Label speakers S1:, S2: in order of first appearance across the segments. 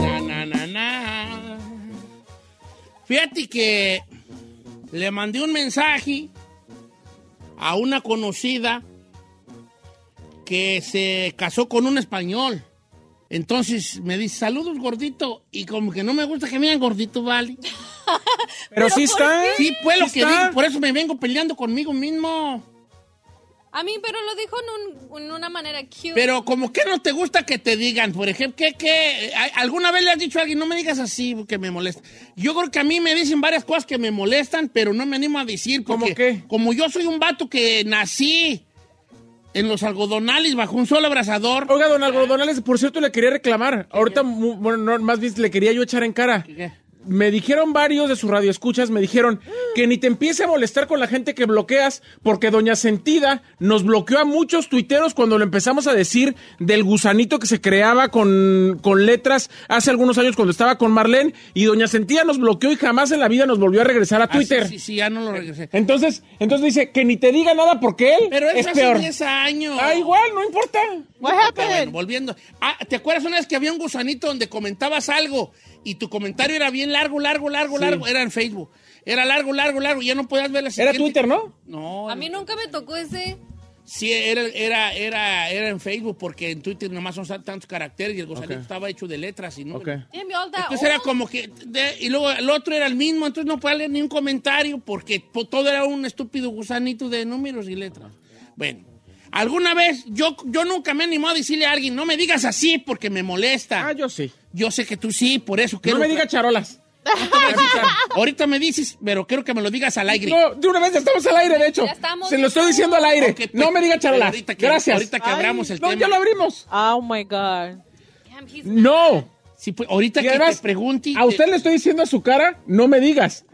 S1: Na, na, na, na. Fíjate que le mandé un mensaje a una conocida que se casó con un español. Entonces me dice, saludos gordito. Y como que no me gusta que me digan gordito, vale.
S2: Pero, sí está.
S1: Sí, pues lo
S2: Sí
S1: que
S2: está.
S1: digo, por eso me vengo peleando conmigo mismo.
S3: A mí, pero lo dijo en, un- en una manera cute.
S1: Pero como que no te gusta que te digan, por ejemplo, que, que eh, alguna vez le has dicho a alguien, no me digas así, porque me molesta. Yo creo que a mí me dicen varias cosas que me molestan, pero no me animo a decir.
S2: ¿Cómo
S1: porque
S2: qué?
S1: Como yo soy un vato que nací en los algodonales bajo un solo abrasador.
S2: Oiga, don Algodonales, por cierto, le quería reclamar. Ahorita, mu- bueno, no, más bien le quería yo echar en cara.
S1: ¿Qué?
S2: Me dijeron varios de sus radioescuchas, me dijeron que ni te empiece a molestar con la gente que bloqueas, porque Doña Sentida nos bloqueó a muchos tuiteros cuando le empezamos a decir del gusanito que se creaba con, con letras hace algunos años cuando estaba con Marlene, y Doña Sentida nos bloqueó y jamás en la vida nos volvió a regresar a
S1: Ah, sí,
S2: Twitter.
S1: Sí, sí, ya no lo regresé.
S2: Entonces, entonces dice que ni te diga nada porque él
S1: Pero
S2: es
S1: eso hace
S2: peor.
S1: 10 años.
S2: Ah, igual, no importa.
S1: Pero bueno, volviendo. Ah, ¿te acuerdas una vez que había un gusanito donde comentabas algo y tu comentario era bien largo, largo, largo, largo? Era en Facebook. Era largo, largo, largo. Ya no podías ver la
S2: Era
S1: siguiente.
S2: Twitter, ¿no?
S1: No,
S3: A mí nunca me tocó ese.
S1: sí, era, era, era, era en Facebook porque en Twitter nomás son tantos caracteres y el gusanito estaba hecho de letras y no.
S2: Ok.
S3: Damn, you're all that
S1: Entonces era
S3: old.
S1: como que. de- y luego el otro era el mismo, entonces no podía leer ni un comentario porque po- todo era un estúpido gusanito de números y letras. Bueno, alguna vez yo, yo nunca me he animado a decirle a alguien, no me digas así porque me molesta.
S2: Ah, yo sí.
S1: Yo sé que tú sí, por eso
S2: no
S1: quiero.
S2: me diga charolas.
S1: Ahorita me dices, pero quiero que me lo digas al aire.
S2: No, de una vez ya estamos al aire, de hecho.
S3: Ya estamos.
S2: Se lo estoy diciendo al aire.
S1: Ok, pues,
S2: no me diga charolas.
S1: ahorita que-
S2: Gracias.
S1: ahorita que abramos el
S2: no,
S1: tema.
S2: ya lo abrimos.
S4: Oh my God.
S3: Damn, he's-
S2: No.
S1: Sí, pues, ahorita
S2: Y
S1: que
S2: además,
S1: te pregunte.
S2: a usted le estoy diciendo a su cara, no me digas.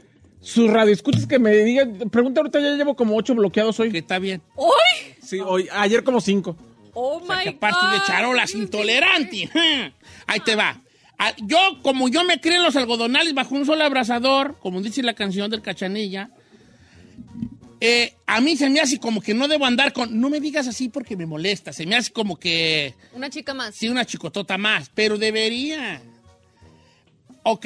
S2: Sus radioescuchas que me digan, pregunta ahorita, ya llevo como ocho bloqueados
S1: que
S2: hoy.
S1: está bien.
S3: ¡Uy!
S2: Sí, hoy, ayer como cinco.
S3: ¡Oh, my
S1: Que
S3: God!
S1: aparte de charolas intolerante. Ajá. Ahí te va. Ah, Yo, como yo me crié en los algodonales bajo un solo abrazador, como dice la canción del Cachanilla, eh, a mí se me hace como que no debo andar con. No me digas así porque me molesta. Se me hace como que.
S3: Una chica más.
S1: Sí, una chicotota más, pero debería. Ok,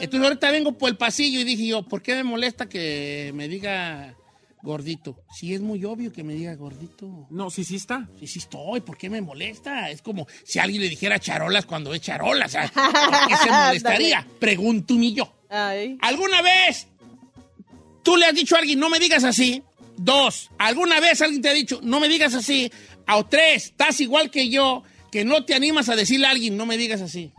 S1: entonces ahorita vengo por el pasillo y dije yo, ¿por qué me molesta que me diga gordito? Si es muy obvio que me diga gordito.
S2: No, sí, sí está.
S1: Pues Sí, sí estoy, ¿por qué me molesta? Es como si alguien le dijera charolas cuando es charolas. o sea, ¿Por qué se molestaría? Pregunto mi yo.
S4: Ay.
S1: ¿Alguna vez tú le has dicho a alguien, no me digas así? Dos, ¿alguna vez alguien te ha dicho, no me digas así? O tres, estás igual que yo, que no te animas a decirle a alguien, no me digas así.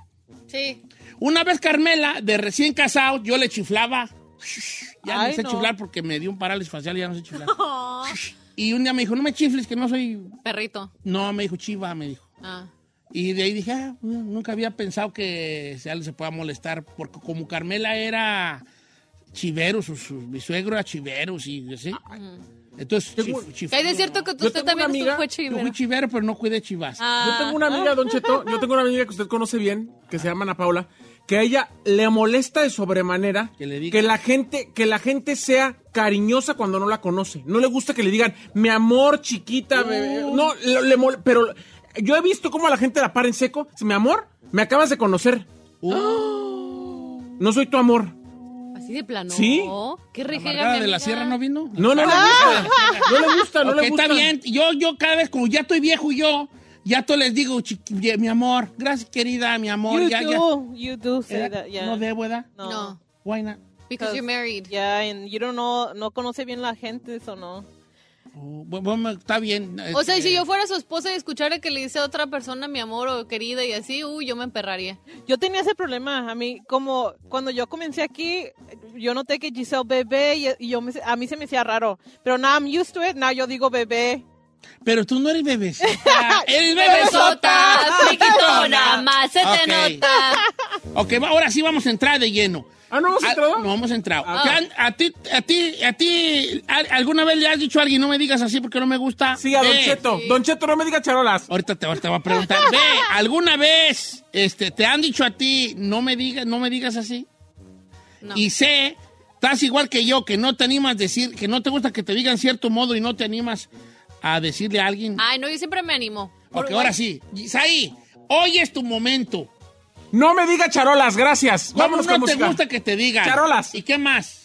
S3: Sí.
S1: Una vez Carmela, de recién casado, yo le chiflaba. Ya
S4: Ay,
S1: no sé
S4: no.
S1: chiflar porque me dio un parálisis facial y ya no sé chiflar. Y un día me dijo, no me chifles, que no soy...
S3: Perrito.
S1: No, me dijo, chiva, me dijo.
S3: Ah.
S1: Y de ahí dije, ah, bueno, nunca había pensado que se, se pueda molestar, porque como Carmela era chivero, su, su- mi suegro era chivero, y así. Entonces, chif, chif-
S3: Que hay de cierto que tú
S2: Yo
S3: usted
S2: tengo una
S3: también
S2: amiga-
S3: estuvo fue
S1: yo
S3: chivero.
S1: fui chivero, pero no cuidé chivas.
S3: Ah.
S2: Yo tengo una amiga, Don Cheto, yo tengo una amiga que usted conoce bien, que se llama Ana Paula, que a ella le molesta de sobremanera
S1: Que le digan.
S2: la gente, que la gente sea cariñosa cuando no la conoce. No le gusta que le digan, mi amor, chiquita, bebé". No, le, le mol- pero yo he visto cómo a la gente la para en seco.
S3: Oh,
S2: Dice, Mi amor, me acabas de conocer. No soy tu amor.
S3: Así de plano.
S2: Sí.
S3: Qué rejega,
S1: Amargada
S3: mi
S1: de la
S3: amiga.
S1: Sierra no vino.
S2: No, no, no.
S1: Ah.
S2: No le gusta, no
S1: Ok,
S2: le gusta.
S1: está bien. Yo, yo cada vez, como ya estoy viejo yo, ya todo les digo, chiqui- mi amor, gracias querida, mi amor,
S4: You
S1: ya, ya.
S4: do, you do say
S1: ¿Edad?
S4: that, yeah.
S1: No debo, ¿verdad?
S4: No.
S3: No.
S1: Why not?
S3: Because you're married.
S4: Yeah, and you don't know, no conoce bien la gente, eso no.
S1: Oh, bu- bueno, está bien.
S3: O sea,
S1: este,
S3: si yo fuera su esposa y escuchara que le dice a otra persona mi amor o querida y así, uy, yo me emperraría.
S4: Yo tenía ese problema, a mí, como cuando yo comencé aquí, yo noté que Giselle bebé y, y yo me- a mí se me hacía raro, pero now I'm used to it, now yo digo bebé.
S1: Pero tú no eres bebesota. ¡Eres
S3: ¡Besota!
S1: bebesota!
S3: ¡Chiquitona! ¡Más se
S1: Ok.
S3: te nota!
S1: Ok, va- ahora sí vamos a entrar de lleno.
S2: Ah, ¿no hemos
S1: Ah,
S2: entrado?
S1: No hemos entrado.
S2: Ah.
S1: Ya, A ti, a ti, a ti, al- ¿alguna vez le has dicho a alguien no me digas así porque no me gusta?
S2: Sí, a Don
S1: Ve.
S2: Cheto. Don Cheto, no me diga charolas.
S1: Ahorita te, te voy a preguntar. Ve, ¿alguna vez este, te han dicho a ti no me digas, no me digas así?
S3: No.
S1: Y sé, estás igual que yo, que no te animas a decir, que no te gusta que te digan cierto modo y no te animas a decirle a alguien.
S3: Ay, no, yo siempre me animo.
S1: ok, ahora sí. Isaí, hoy es tu momento.
S2: No me diga charolas, gracias.
S1: ¿Cómo
S2: Vámonos
S1: no
S2: con
S1: te
S2: música.
S1: gusta que te digan?
S2: Charolas.
S1: ¿Y qué más?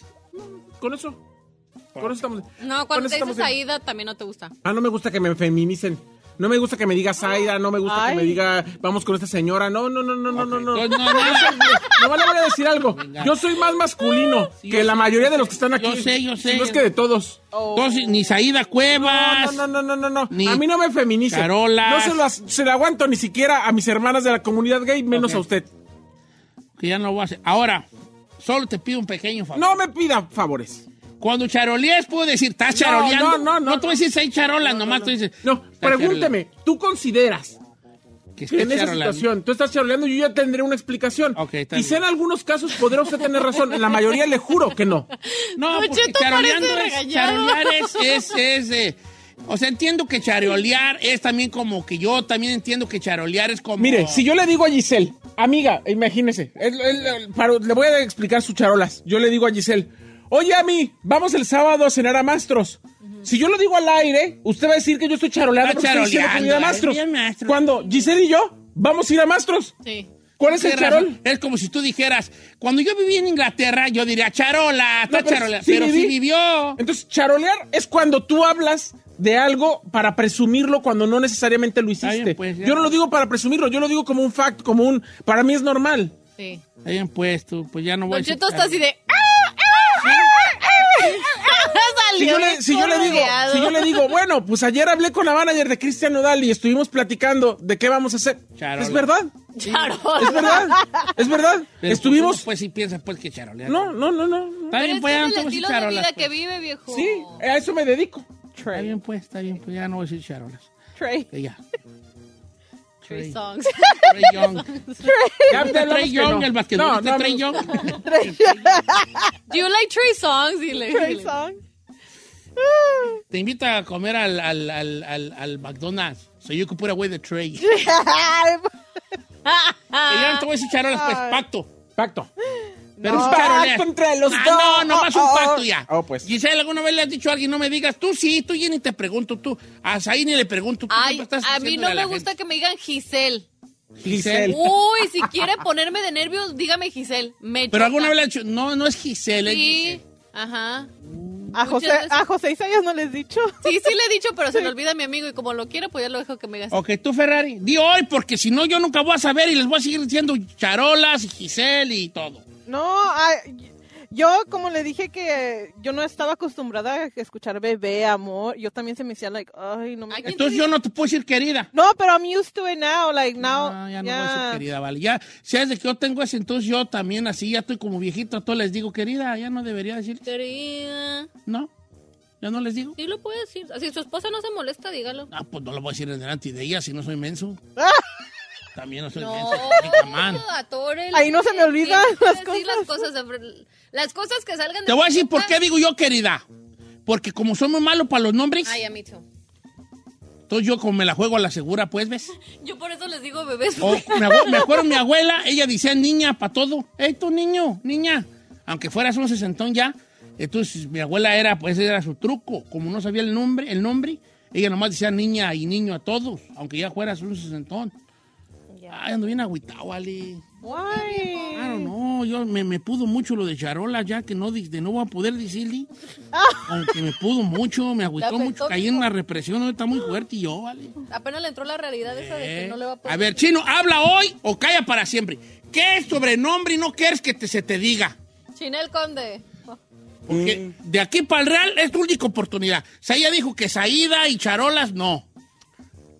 S2: Con eso. Con eso estamos.
S3: No,
S2: con
S3: cuando
S2: eso
S3: te
S2: estamos
S3: dices
S2: bien.
S3: Aida también no te gusta.
S2: Ah, no me gusta que me feminicen. No me gusta que me diga Zaida, no me gusta
S4: Ay.
S2: que me diga vamos con esta señora. No, no, no, no, no, no, no.
S1: Entonces, no, nada.
S2: No le voy a decir algo. Yo soy más masculino
S1: Sí,
S2: que
S1: yo
S2: la
S1: sé,
S2: mayoría
S1: yo
S2: de los
S1: sé,
S2: que están aquí.
S1: yo sé, yo sé.
S2: No es que de todos.
S1: Entonces, ni Saída Cuevas.
S2: No, no, no, no, no,
S1: Ni
S2: no. A mí no me feminicen.
S1: charolas.
S2: No se las- se la aguanto ni siquiera a mis hermanas de la comunidad gay, menos
S1: Ok.
S2: a usted.
S1: Que ya no lo voy a hacer. Ahora, solo te pido un pequeño favor.
S2: No me pida favores.
S1: Cuando charoleas, puedo decir, estás charoleando.
S2: no, no, no.
S1: No te voy a decir, hay charolas, nomás tú dices.
S2: No,
S1: "Estás
S2: pregúnteme, ¿tú consideras
S1: charoleando", Que
S2: que
S1: estés
S2: en esa
S1: charoleando.
S2: situación tú estás charoleando y yo ya tendré una explicación?
S1: Ok, está
S2: Quizá
S1: bien.
S2: en algunos casos podrá usted tener razón, en la mayoría le juro que no.
S1: No,
S3: Don
S1: porque
S3: Cheto
S1: charoleando
S3: parece
S1: es,
S3: regañado.
S1: charolear es, es, es, eh, o sea, entiendo que charolear es también como que yo también entiendo que charolear es como.
S2: Mire, si yo le digo a Giselle, amiga, imagínese, él- él- él- para- le voy a explicar sus charolas. Yo le digo a Giselle, oye, a mí, vamos el sábado a cenar a Mastros. Si yo lo digo al aire, usted va a decir que yo estoy Ah, charoleando eh.
S1: Está
S2: porque estoy diciendo que voy a
S1: charoleando, ¿eh?
S2: Mastros.
S1: voy a Mastros.
S2: Cuando Giselle y yo vamos a ir a Mastros,
S3: Sí.
S2: ¿cuál es el
S1: Tienes
S2: charol?
S1: razón. Es como si tú dijeras, cuando yo viví en Inglaterra, yo diría charola, está
S2: No, pero
S1: charola.
S2: sí
S1: pero
S2: viví.
S1: sí vivió.
S2: Entonces, charolear es cuando tú hablas de algo para presumirlo cuando no necesariamente lo hiciste.
S1: Está bien, pues, ya.
S2: yo no lo digo para presumirlo, yo lo digo como un fact, como un... Para mí es normal.
S3: Sí.
S1: Está bien puesto, pues ya no voy
S3: Don
S1: a decir
S3: Cheto está así de. ¡ah,
S2: Si yo, le, si yo le digo,
S3: Correado.
S2: si yo le digo, bueno, pues ayer hablé con la manager de Cristian Nodal y estuvimos platicando de qué vamos a hacer.
S1: Charola.
S2: Es verdad,
S3: Charola.
S2: es verdad, es verdad.
S1: Pero,
S2: Estuvimos...
S1: Pues si piensas, pues que charolear.
S2: No, no, no, no. no.
S1: Está
S3: Pero
S1: bien,
S3: es
S1: pues
S3: que
S1: ya no
S3: es el
S1: te voy a decir
S3: estilo de
S1: charolas.
S3: vida que
S1: pues.
S3: vive, viejo.
S2: Sí, a eso me dedico.
S1: Está
S4: Trey,
S1: bien, pues, está bien, pues ya no voy a decir charolas.
S4: Trey.
S1: Que Ya.
S3: Trey
S1: Trey.
S3: songs.
S1: Trey Young.
S2: Ya
S1: De
S2: hablamos
S1: Trey
S2: que
S1: Young,
S2: no.
S1: el
S2: No,
S1: basquetbolista
S2: no,
S1: Trey
S2: no.
S1: Young.
S3: Do you like Trey songs? Dile.
S4: Trey
S3: dile.
S4: song.
S1: Te invita a comer al, al, al, al, al McDonald's. So you could put away the Trey. Que ya no te voy a decir charolas, pues pacto.
S2: Pacto.
S1: Pero es
S2: No.
S1: charolear.
S2: Pacto entre los
S1: Ah,
S2: dos.
S1: No, nomás un
S2: Oh, oh,
S1: pacto
S2: oh.
S1: ya.
S2: Oh, pues.
S1: Giselle, ¿alguna vez le has dicho a alguien no me digas? Tú sí, tú ya ni te pregunto, tú. A Saí ni le pregunto. Tú
S3: Ay,
S1: siempre estás
S3: a mí
S1: diciéndole
S3: no me
S1: a la
S3: gusta
S1: gente.
S3: que me digan Giselle.
S2: Giselle.
S3: Uy, si quiere ponerme de nervios, dígame Giselle. Me choca.
S1: Pero alguna vez le has dicho, no, no es Giselle, es
S3: Sí.
S1: Giselle.
S3: Ajá.
S4: A José,
S3: veces-
S4: a José Isaías no les he dicho.
S3: Sí, sí le he dicho, pero se le olvida a mi amigo y como lo quiere, pues ya lo dejo que me digas.
S1: Ok, tú Ferrari, di hoy porque si no yo nunca voy a saber y les voy a seguir diciendo charolas y Giselle y todo.
S4: No, ay, yo como le dije que yo no estaba acostumbrada a escuchar bebé, amor, yo también se me decía like, ay, no me...
S3: Ay, ¿quién te
S1: Entonces yo no te puedo decir querida.
S4: No, pero I'm used to it now, like now.
S1: No, ya no voy a
S4: yeah.
S1: decir querida, vale. Ya, si es de que yo tengo ese, entonces yo también así, ya estoy como viejito, a todos les digo querida, ya no debería decir,
S3: Querida.
S1: no, ya no les digo.
S3: Sí lo puede decir. Si su esposa no se molesta, dígalo.
S1: Ah, pues no lo voy a decir en delante de ella si no soy menso. También no soy
S3: No,
S1: menso. chica, man.
S3: atórele.
S4: Ahí no se me olvidan
S3: Tiene que
S4: las
S3: decir las cosas. de fre- Las cosas que salgan de
S1: Te voy a decir
S3: boca.
S1: por qué digo yo querida. Porque como soy muy malo para los nombres,
S3: Ay, a mí too.
S1: entonces yo como me la juego a la segura, pues, ¿ves?
S3: Yo por eso les digo bebés.
S1: O me, abue- me acuerdo mi abuela, ella decía niña para todo. Ey, tú niño, niña. Aunque fueras un sesentón ya. Entonces mi abuela era, pues ese era su truco. Como no sabía el nombre, el nombre, ella nomás decía niña y niño a todos, aunque ya fueras un sesentón. Ay, ando bien agüitado, Ale.
S4: Why?
S1: Claro, no, yo me, me pudo mucho lo de Charola, ya que no, di- de, no voy a poder decirle. Aunque me pudo mucho, me agüitó
S5: afectó
S1: mucho. Caí en una represión, está muy fuerte y yo, vale.
S5: Apenas le entró la realidad esa de que
S1: Eh,
S5: no le va a poder.
S1: a ver, chino, habla hoy o calla para siempre. ¿Qué sobrenombre no quieres que te- se te diga?
S5: Chinel Conde.
S1: Porque de aquí para el Real es tu única oportunidad. Saya dijo que Saída y Charolas, no.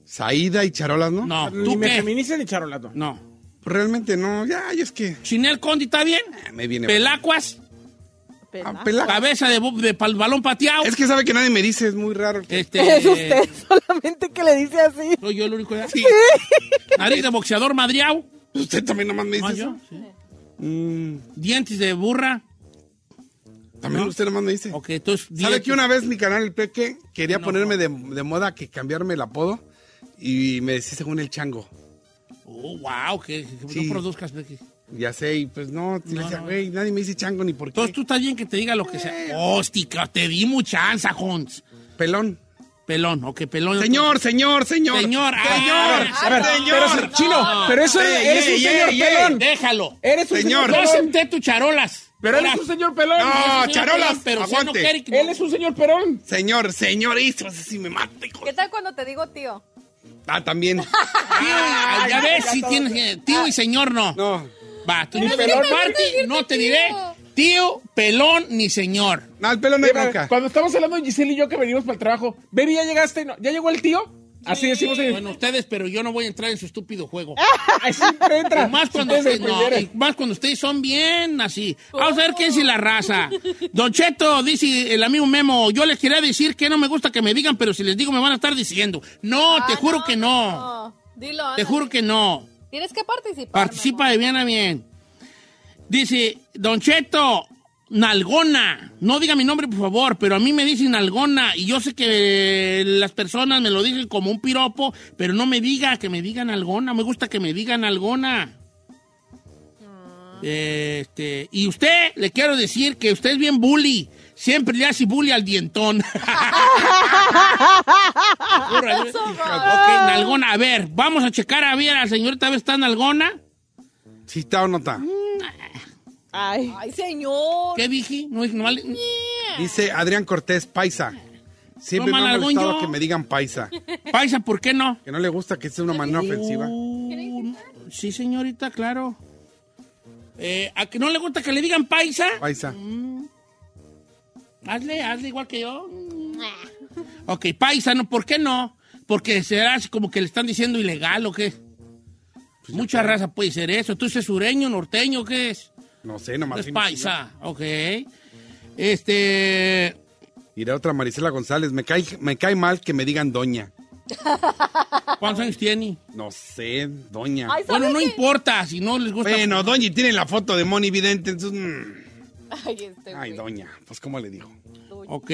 S6: Saída y charolas, ¿no?
S1: No,
S2: Ni
S1: ¿tú
S2: me
S1: qué?
S2: feminice ni charolato.
S1: No.
S6: Realmente no, ya, y es que
S1: Chinel Condi, ¿está bien?
S6: me viene.
S1: Pelacuas,
S6: Ah,
S4: Pena.
S6: pela-
S1: cabeza de, bo- de pal- balón pateado.
S6: Es que sabe que nadie me dice, es muy raro.
S1: Este,
S4: Es usted solamente que le dice así.
S1: Soy yo el único. ¿verdad? Nariz de boxeador madriao.
S6: Usted también nomás me dice
S1: No,
S6: eso.
S1: yo, sí.
S6: Mm,
S1: Dientes de burra.
S6: también usted nomás me dice.
S1: Ok, entonces.
S6: ¿Sabe
S1: dientes.
S6: que una vez mi canal El Peque quería
S1: No.
S6: ponerme de, de moda que cambiarme el apodo? Y me decía según el chango.
S1: Oh, wow, que, que
S6: Sí.
S1: no produzcas. que-
S6: Ya sé, y pues no, le decía,
S1: no.
S6: güey, nadie me dice chango ni por qué.
S1: Entonces tú estás bien que te diga lo que sea. Hostia, te di mucha chanza, Jones.
S6: Pelón.
S1: Pelón, ok, pelón.
S6: Señor, señor, señor.
S1: Señor,
S6: señor.
S1: ah,
S2: A ver,
S6: señor.
S2: pero, se- chino, pero eso
S6: Ey,
S2: eres
S6: ey,
S2: un señor
S6: ey,
S2: pelón.
S1: Déjalo.
S2: Eres un
S6: Señor.
S2: señor,
S1: Yo
S2: pelón.
S1: acepté tus charolas.
S2: Pero
S1: Ahora,
S2: eres un señor pelón.
S6: No,
S1: señor
S6: charolas,
S1: pelón, pero usted no
S6: aguante.
S1: quiere que-
S2: Él es un señor pelón.
S6: Señor, señor, hizo, no sé si me mata. hijo.
S5: ¿Qué tal cuando te digo tío?
S6: Ah, también.
S1: Ah, ya ves, sí tienes. eh, Tío
S2: Ah.
S1: y señor no.
S6: No,
S1: Va, tú
S5: Pero
S1: ni
S5: es
S1: por
S5: que no
S1: parte,
S5: decirte
S1: no te
S5: tío.
S1: diré tío, pelón ni señor.
S6: no, el pelón no hay bronca.
S2: Cuando estamos hablando de Giselle y yo que venimos para el trabajo, baby, ya llegaste, ¿No? ¿ya llegó el tío? Así decimos ellos.
S1: Bueno, ustedes, pero yo no voy a entrar en su estúpido juego.
S2: Ay, siempre entra.
S1: Y más, cuando
S2: Ah, Ustedes
S1: usted- no,
S2: pudieran.
S1: y más cuando ustedes son bien así. Vamos a ver quién es la raza. Don Cheto dice el amigo Memo, yo les quería decir que no me gusta que me digan, pero si les digo me van a estar diciendo. No, te
S5: Ah,
S1: juro que no.
S5: Dilo,
S1: Te
S5: ándale.
S1: juro que no.
S5: Tienes que participar.
S1: Participa de bien a bien. Dice, Don Cheto, Nalgona. No diga mi nombre, por favor, pero a mí me dicen Nalgona y yo sé que eh, las personas me lo dicen como un piropo, pero no me diga que me digan Nalgona. Me gusta que me digan Nalgona. Este, y usted, le quiero decir que usted es bien bully. Siempre le hace bully al dientón. Órale. ok, Nalgona, a ver, vamos a checar a ver a la señorita, a ver, ¿está Nalgona?
S6: Si está o no está.
S4: Ay.
S5: Ay, señor.
S1: ¿Qué dije? No dije nomás. le-
S6: Dice Adrián Cortés, paisa. Siempre
S1: Toma
S6: me ha
S1: algún
S6: gustado
S1: yo.
S6: que me digan paisa.
S1: Paisa, ¿por qué no?
S6: Que no le gusta que sea una manera ofensiva.
S1: Uh, sí, señorita, claro. Eh, ¿A que no le gusta que le digan paisa?
S6: Paisa.
S1: Hazle, hazle igual que yo. Ok, paisa, ¿no? ¿Por qué no? Porque será así como que le están diciendo ilegal o qué. Mucha raza puede ser eso. ¿Tú eres sureño, norteño, qué es?
S6: No sé, nomás.
S1: Es paisa, ok. Este...
S6: Iré otra Marisela González. Me cae, me cae mal que me digan doña.
S1: ¿Cuántos años tiene?
S6: No sé, doña.
S5: Ay, ¿sabes
S1: Bueno, no
S5: qué?
S1: importa, si no les gusta...
S6: bueno, doña, y tiene la foto de Moni Vidente. entonces, mm.
S5: Ay, este
S6: Ay,
S5: güey.
S6: doña. Pues, ¿cómo le dijo?
S1: Ok.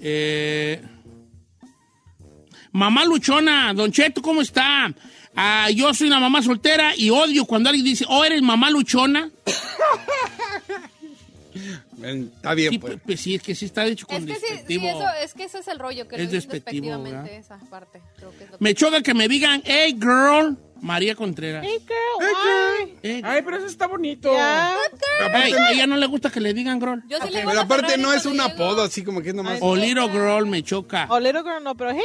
S1: eh, Mamá Luchona, Don Cheto, ¿cómo está? Ah, yo soy una mamá soltera y odio cuando alguien dice, oh, eres mamá Luchona.
S6: Eh, Está bien,
S1: Sí,
S6: pues.
S1: pues, sí, es que sí está dicho
S5: Es
S1: con
S5: que sí, sí,
S1: despectivo.
S5: eso, es que ese es el rollo, que
S1: Es
S5: lo dicen
S1: despectivo,
S5: despectivamente esa parte. Creo que es lo que-
S1: Me choca que me digan, hey, girl, María Contreras.
S4: Hey, girl, why?
S1: Hey,
S2: Ay, pero eso está bonito.
S4: Ya.
S6: Pero
S1: hey,
S6: aparte-
S1: a ella no le gusta que le digan girl.
S5: Yo sí le digo a
S6: pero aparte
S5: Ferrari
S6: no es
S5: cuando
S6: un
S5: llego,
S6: apodo, así como que es nomás.
S1: O little girl me choca.
S4: O Oh, little girl no, pero hey,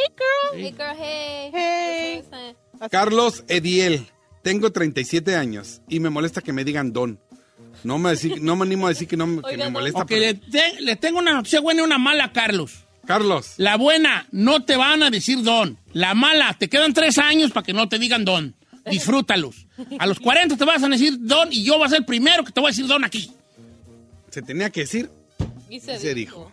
S4: girl.
S5: Hey, girl, hey.
S4: Hey.
S5: Eso es, eh.
S6: Carlos Ediel, tengo 37 años y me molesta que me digan don. No me, decí- no me animo a decir que, no, me- que
S5: Oiga,
S6: me
S5: don.
S6: molesta.
S1: Ok,
S6: pero-
S1: le, te- le tengo una noticia buena y una mala, Carlos.
S6: Carlos,
S1: La buena, no te van a decir don. La mala, te quedan tres años para que no te digan don. Disfrútalos. A los 40 te vas a decir don y yo voy a ser el primero que te voy a decir don aquí.
S6: se tenía que decir.
S5: Y se,
S6: Se
S5: dijo.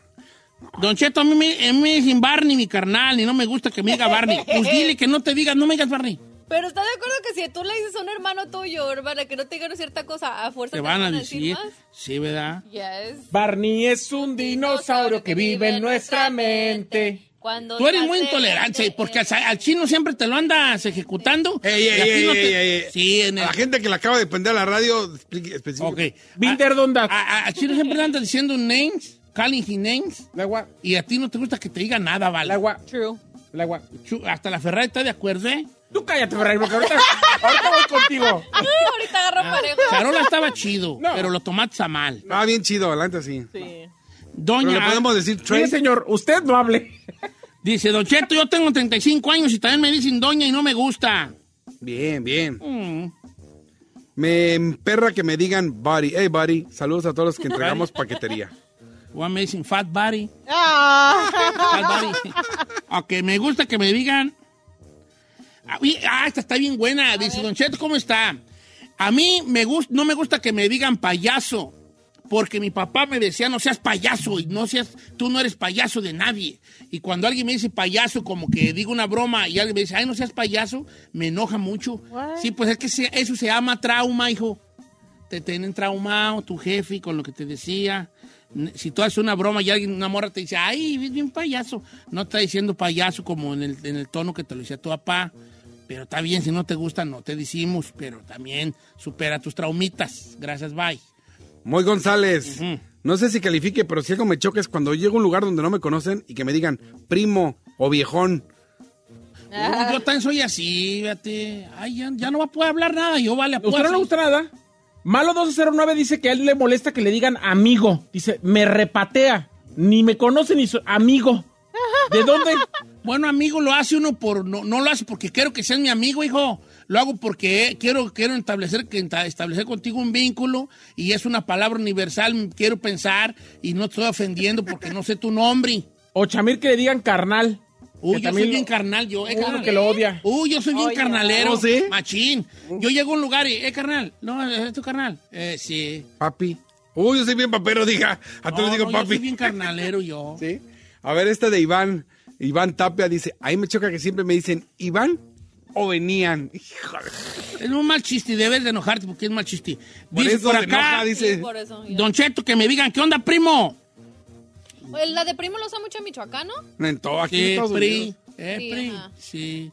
S1: Don Cheto, a mí me, a mí me dicen Barney, mi carnal, y no me gusta que me diga Barney. Pues dile que no te digan, no me digas Barney.
S5: Pero ¿estás de acuerdo que si tú le dices a un hermano tuyo, hermana, que no te digan cierta cosa, a fuerza
S1: Te van a
S5: decir
S1: decir.
S5: más?
S1: Sí, ¿verdad?
S5: Yes.
S2: Barney es un dinosaurio que vive en nuestra mente.
S5: Cuando
S1: Tú eres
S5: se
S1: muy
S5: hace
S1: intolerante
S5: grande,
S1: porque
S5: eh,
S1: al, al chino siempre te lo andas ejecutando.
S6: Ey,
S1: y
S6: ey,
S1: a ti
S6: ey,
S1: no te-
S6: ey, ey, ey.
S1: Sí, en
S6: A
S1: el-
S6: la gente que le acaba de prender a la radio, explique- especifique.
S1: Ok.
S2: Winter
S1: A-
S2: Donda.
S1: a- a- Al chino siempre le andas diciendo names, calling his names.
S2: La agua,
S1: Y a ti no te gusta que te diga nada,
S2: la
S1: ¿vale?
S2: agua,
S4: True.
S2: la agua.
S1: Chu- Hasta la Ferrari está de acuerdo, ¿eh?
S2: Tú cállate, Ferrari, porque ahorita, ahorita voy contigo.
S5: ahorita agarró parejo.
S1: Charola estaba chido,
S2: No.
S1: pero lo tomates a mal.
S6: Ah, bien chido, adelante sí.
S4: Sí.
S6: Pero
S1: Doña,
S6: le podemos decir
S2: Mire,
S6: Trey.
S2: señor, usted no hable.
S1: dice, Don Cheto, yo tengo 35 años y también me dicen doña y no me gusta.
S6: Bien, bien.
S1: Mm.
S6: Me emperra que me digan buddy. Hey, buddy. Saludos a todos los que entregamos paquetería.
S1: O me dicen fat body.
S4: Ah.
S1: Fat body. Aunque me gusta que me digan... A mí- ah, esta está bien buena. Dice, Don Cheto, ¿cómo está? A mí me gus- no me gusta que me digan payaso. Porque mi papá me decía, no seas payaso y no seas, tú no eres payaso de nadie. Y cuando alguien me dice payaso, como que digo una broma y alguien me dice, ay, no seas payaso, me enoja mucho. Sí, pues es que se- eso se llama trauma, hijo. Te tienen traumado tu jefe con lo que te decía. N- Si tú haces una broma y alguien, una morra te dice, ay, eres bien payaso. No está diciendo payaso como en el, en el tono que te lo decía tu papá. Pero está bien, si no te gusta, no te decimos. Pero también supera tus traumitas. Gracias, bye.
S6: Muy González.
S1: Ujú.
S6: No sé si califique, pero si algo me choca es cuando llego a un lugar donde no me conocen y que me digan primo o viejón.
S1: Uh, yo también soy así, fíjate. Ay, ya, ya no va a poder hablar nada. Yo vale, pues.
S2: ¿Usted no le gusta nada? Malo 1209 dice que a él le molesta que le digan amigo. Dice, me repatea. Ni me conoce ni su amigo. ¿De dónde?
S1: Bueno, amigo, lo hace uno por. No, no lo hace porque quiero que seas mi amigo, hijo. Lo hago porque quiero, quiero establecer, que enta- establecer contigo un vínculo y es una palabra universal. Quiero pensar y no te estoy ofendiendo porque no sé tu nombre.
S2: O Chamir que le digan carnal.
S1: Uy,
S2: Que
S1: yo
S2: también
S1: soy bien
S2: lo-
S1: carnal, yo. Eh,
S2: Uno
S1: carnal.
S2: que lo odia.
S1: Uy, yo soy bien carnalero.
S6: ¿Oh, sí?
S1: Machín. Yo llego a un lugar y, eh, carnal. No, es tu carnal. Eh, sí.
S6: Papi. Uy, yo soy bien papero, diga. A
S1: No,
S6: todos les Ah, digo
S1: no, Yo
S6: papi.
S1: soy bien carnalero, yo.
S6: Sí. A ver, esta de Iván. Iván Tapia dice, ahí me choca que siempre me dicen Iván o venían. Híjole.
S1: Es un mal chiste, debes de enojarte porque es mal chiste.
S6: Por
S1: Dice
S6: eso
S1: por
S6: se
S1: acá,
S6: enoja, dice.
S5: Sí, por eso. ya.
S1: Don Cheto, que me digan, ¿qué onda, primo?
S5: Oye, pues, La de primo lo usa mucho en Michoacán, ¿no?
S6: En todo aquí en
S1: Sí,
S6: Estados
S1: PRI.
S6: Unidos.
S1: eh,
S5: Sí,
S1: PRI,
S5: ajá.
S1: sí.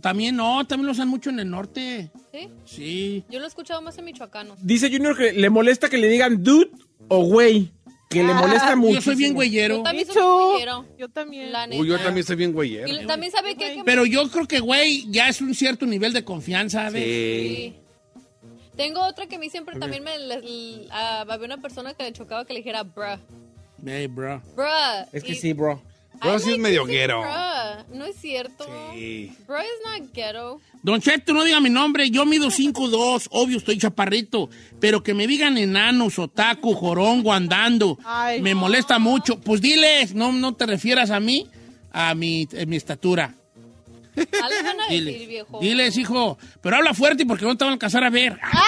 S1: También no, también lo usan mucho en el norte.
S5: Sí.
S1: Sí.
S5: Yo lo he escuchado más en Michoacano.
S2: Dice Junior que le molesta que le digan dude o güey. Que le molesta mucho.
S1: Yo soy bien güeyero.
S5: Yo también
S4: Me
S5: soy
S4: too.
S5: un pollero,
S4: Yo también.
S5: la
S6: Uy, yo
S5: neta.
S6: también soy bien
S5: Y
S6: güeyero.
S5: lo- también sabe que hay que...
S1: Pero yo creo que güey ya es un cierto nivel de confianza, ¿ves?
S5: Sí.
S6: Sí.
S5: Tengo otra que a mí siempre también me... les- l- ah, había una persona que le chocaba que le dijera bruh.
S1: Hey, bro.
S5: Bruh.
S2: Es que
S5: Y-
S2: sí, bro.
S6: Pero
S5: I
S6: sí es
S5: like
S6: medio
S5: to say
S6: guero.
S5: bruh. No es cierto.
S6: Sí.
S5: Bruh is not ghetto.
S1: Don Cheto, no diga mi nombre, yo mido 5'2, obvio estoy chaparrito, pero que me digan enano, sotaco, jorongo, andando,
S4: Ay.
S1: me molesta mucho. Pues diles, no, no te refieras a mí, a mi, eh, mi estatura.
S5: Algo Ah, van a decir,
S1: Diles,
S5: viejo.
S1: diles, hijo, pero habla fuerte porque no te van a alcanzar a ver.
S5: Oh.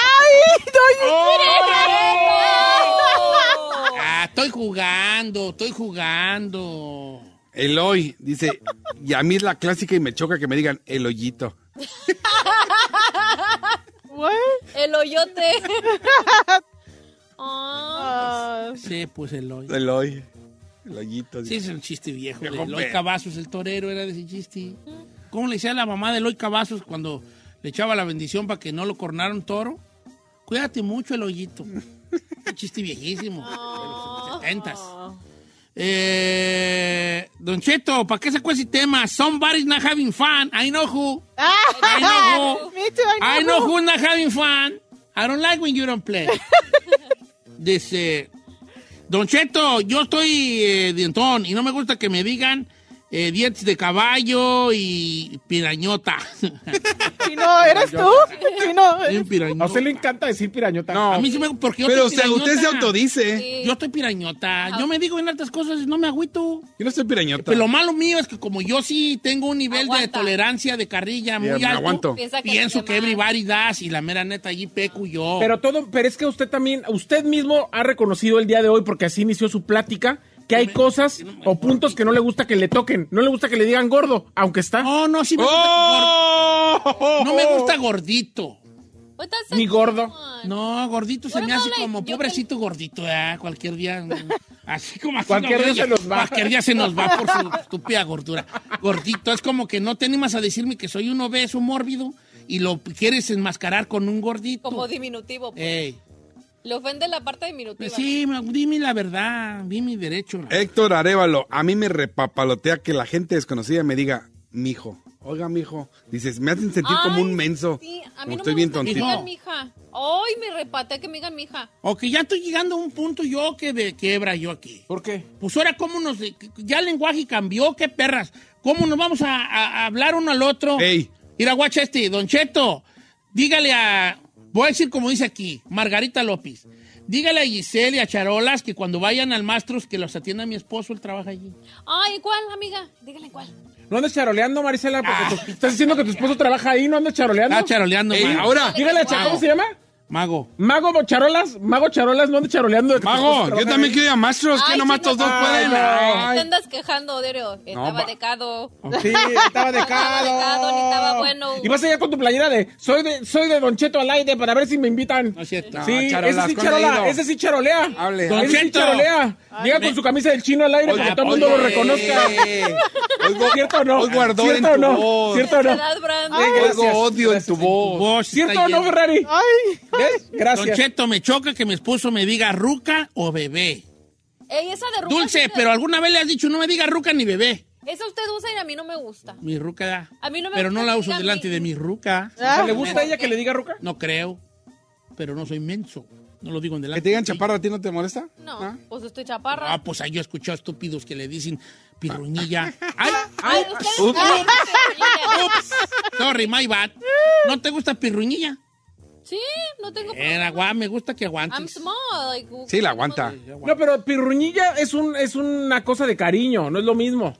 S1: Ah, estoy jugando, estoy jugando.
S6: Eloy dice, y a mí es la clásica y me choca que me digan el hoyito.
S4: What?
S5: El hoyote. Ah.
S4: Ah,
S1: Sí, pues Eloy.
S6: Eloy. El hoyito.
S1: Sí,
S6: dice.
S1: es un chiste viejo. de
S6: Viejo
S1: Eloy
S6: pe-
S1: Cavazos, el torero, era de ese chiste. ¿Cómo le decía la mamá de Eloy Cavazos cuando le echaba la bendición para que no lo cornaron toro? Cuídate mucho, Eloyito. un chiste viejísimo. de los setentas. Eh, don Cheto, ¿para qué sacó ese tema? Somebody's not having fun. I know who. I know who.
S4: Me too, I know who.
S1: who's not having fun. I don't like when you don't play. Dice, Don Cheto, yo estoy eh, dientón y no me gusta que me digan eh, dientes de caballo y pirañota.
S4: Chino, ¿eres tú? Chino.
S1: Bien
S2: A usted
S1: pirañota.
S2: le encanta decir pirañota.
S6: No,
S1: A mí sí me porque yo
S6: pero o
S1: estoy
S6: sea, usted se
S1: pirañota.
S6: autodice.
S5: Sí.
S1: Yo estoy
S5: Ah,
S1: pirañota. Yo me digo en altas cosas y no me agüito.
S6: Yo no soy pirañota.
S1: Pero lo malo mío es que como yo sí tengo un nivel de
S5: Aguanta.
S1: tolerancia de carrilla muy
S6: Ya, me
S1: alto,
S6: aguanto.
S5: Piensa que
S1: pienso
S5: los
S1: que
S5: demás-
S1: everybody das y la mera neta allí peco yo.
S2: Pero todo, pero es que usted también, usted mismo ha reconocido el día de hoy, porque así inició su plática, que hay cosas o puntos que no le gusta que le toquen, no le gusta que le digan gordo, aunque está
S1: No, no, sí me gusta
S6: ¡Oh!
S1: gor- No me gusta gordito.
S5: What does that
S2: ni gordo.
S5: mean?
S1: No, gordito se
S5: Bueno,
S1: me hace
S5: Paula,
S1: como
S5: yo
S1: pobrecito gordito, ¿eh? cualquier día. mm, Así como así
S2: Cualquier
S1: lo veo yo.
S2: día se nos va.
S1: Cualquier día se nos va por su estúpida gordura. Gordito, es como que no te animas a decirme que soy un obeso mórbido y lo quieres enmascarar con un gordito.
S5: Como diminutivo. pues.
S1: Ey,
S5: Le ofende la parte diminutiva.
S1: pues Eh. sí, ma- dime la verdad, dime mi derecho. la-
S2: Eh.
S6: Héctor Arevalo, a mí me repapalotea que la gente desconocida me diga mijo. Oiga, mijo. Dices, me hacen sentir como un menso.
S5: Sí, a
S6: Como
S5: mí no
S6: estoy
S5: me
S6: bien
S5: gusta que me
S6: tontito.
S5: digan mija. Ay, me repatea que me digan mija.
S1: O que ya estoy llegando a un punto yo que de quiebra yo aquí.
S2: ¿Por qué?
S1: Pues ahora, ¿cómo nos.? Ya el lenguaje cambió, qué perras. ¿Cómo nos vamos a, a- a hablar uno al otro?
S6: Ey.
S1: Mira, guacha este, Don Cheto, dígale a. Voy a decir como dice aquí, Margarita López. Dígale a Giselle y a Charolas que cuando vayan al Mastros que los atienda mi esposo, él trabaja allí.
S5: Ay, ¿cuál, amiga? Dígale cuál.
S2: No andes charoleando, Marisela,
S6: Ah.
S2: porque tu- estás diciendo que tu esposo trabaja ahí, no andes charoleando.
S1: Está charoleando,
S6: Ey,
S1: mago.
S6: ahora,
S2: Dígale a Cha- ¿cómo se llama?
S1: Mago.
S2: Mago Charolas, Mago Charolas, no andes charoleando. de que tu esposo
S6: mago, yo
S2: trabaja
S6: también
S2: ahí.
S6: quiero ir a Mastros, que
S5: Ay,
S6: nomás
S5: chico,
S6: estos dos
S5: ay,
S6: pueden.
S5: no.
S6: Ay.
S5: Te andas quejando, Odero. Estaba
S6: va-
S5: decado.
S2: Sí, estaba de
S5: Estaba
S2: cado.
S5: decado, ni estaba bueno.
S2: Y vas a ir con tu playera de soy de soy de Don Cheto al aire para ver si me invitan.
S1: No es cierto.
S2: Sí,
S6: No, charolas,
S2: ese sí
S6: ¿cuándo ha ido?
S2: charola, ese sí charolea.
S6: Hable.
S2: Ese
S1: Don
S2: sí
S1: Cheto.
S2: charolea. Llega con su camisa del chino al aire para que todo el mundo lo
S6: oye.
S2: reconozca.
S6: Oigo,
S2: ¿Cierto o no?
S6: oigo ardor
S2: ¿Cierto
S6: en
S2: o
S6: tu
S2: no?
S6: voz.
S2: ¿Cierto o no?
S5: Edad, Brando.
S6: Oigo
S2: gracias,
S6: odio en tu voz.
S1: Vos,
S2: ¿Cierto
S1: está
S2: o no,
S1: lleno.
S2: Ferrari?
S4: Ay,
S2: ¿Ves?
S1: Don
S2: Gracias.
S1: Cheto, me choca que mi esposo me diga ruca o bebé.
S5: Ey, esa de ruca sí
S1: Dulce,
S5: me-
S1: pero alguna vez le has dicho, no me diga ruca ni bebé.
S5: Esa usted usa y a mí no me gusta.
S1: Mi ruca da.
S5: A mí no me
S1: pero
S5: gusta
S1: no la
S5: que
S1: uso
S5: digan
S1: delante
S5: mi- ¿Ah?
S1: de mi ruca.
S2: O sea, ¿Le gusta a ella que le diga ruca?
S1: No creo. Pero no soy menso. No lo digo en delante.
S6: Que te digan
S1: de ti.
S6: chaparro, ¿a ti no te molesta?
S5: No,
S6: ¿Ah?
S5: pues estoy chaparra.
S1: Ah, pues ahí yo he escuchado estúpidos que le dicen pirruñilla. ¡Ay!
S5: Ay,
S6: ah,
S1: ¡Ay!
S5: ustedes-
S1: ups,
S5: Ay, ustedes-
S1: ups. Sorry, my bad. ¿No te gusta pirruñilla?
S5: Sí, no tengo
S1: Era
S5: problema.
S1: guau, me gusta que
S5: I'm
S1: aguantes.
S5: small. like, u-
S6: Eh, Sí, la aguanta.
S2: No, pero pirruñilla es un es una cosa de cariño, no es lo mismo.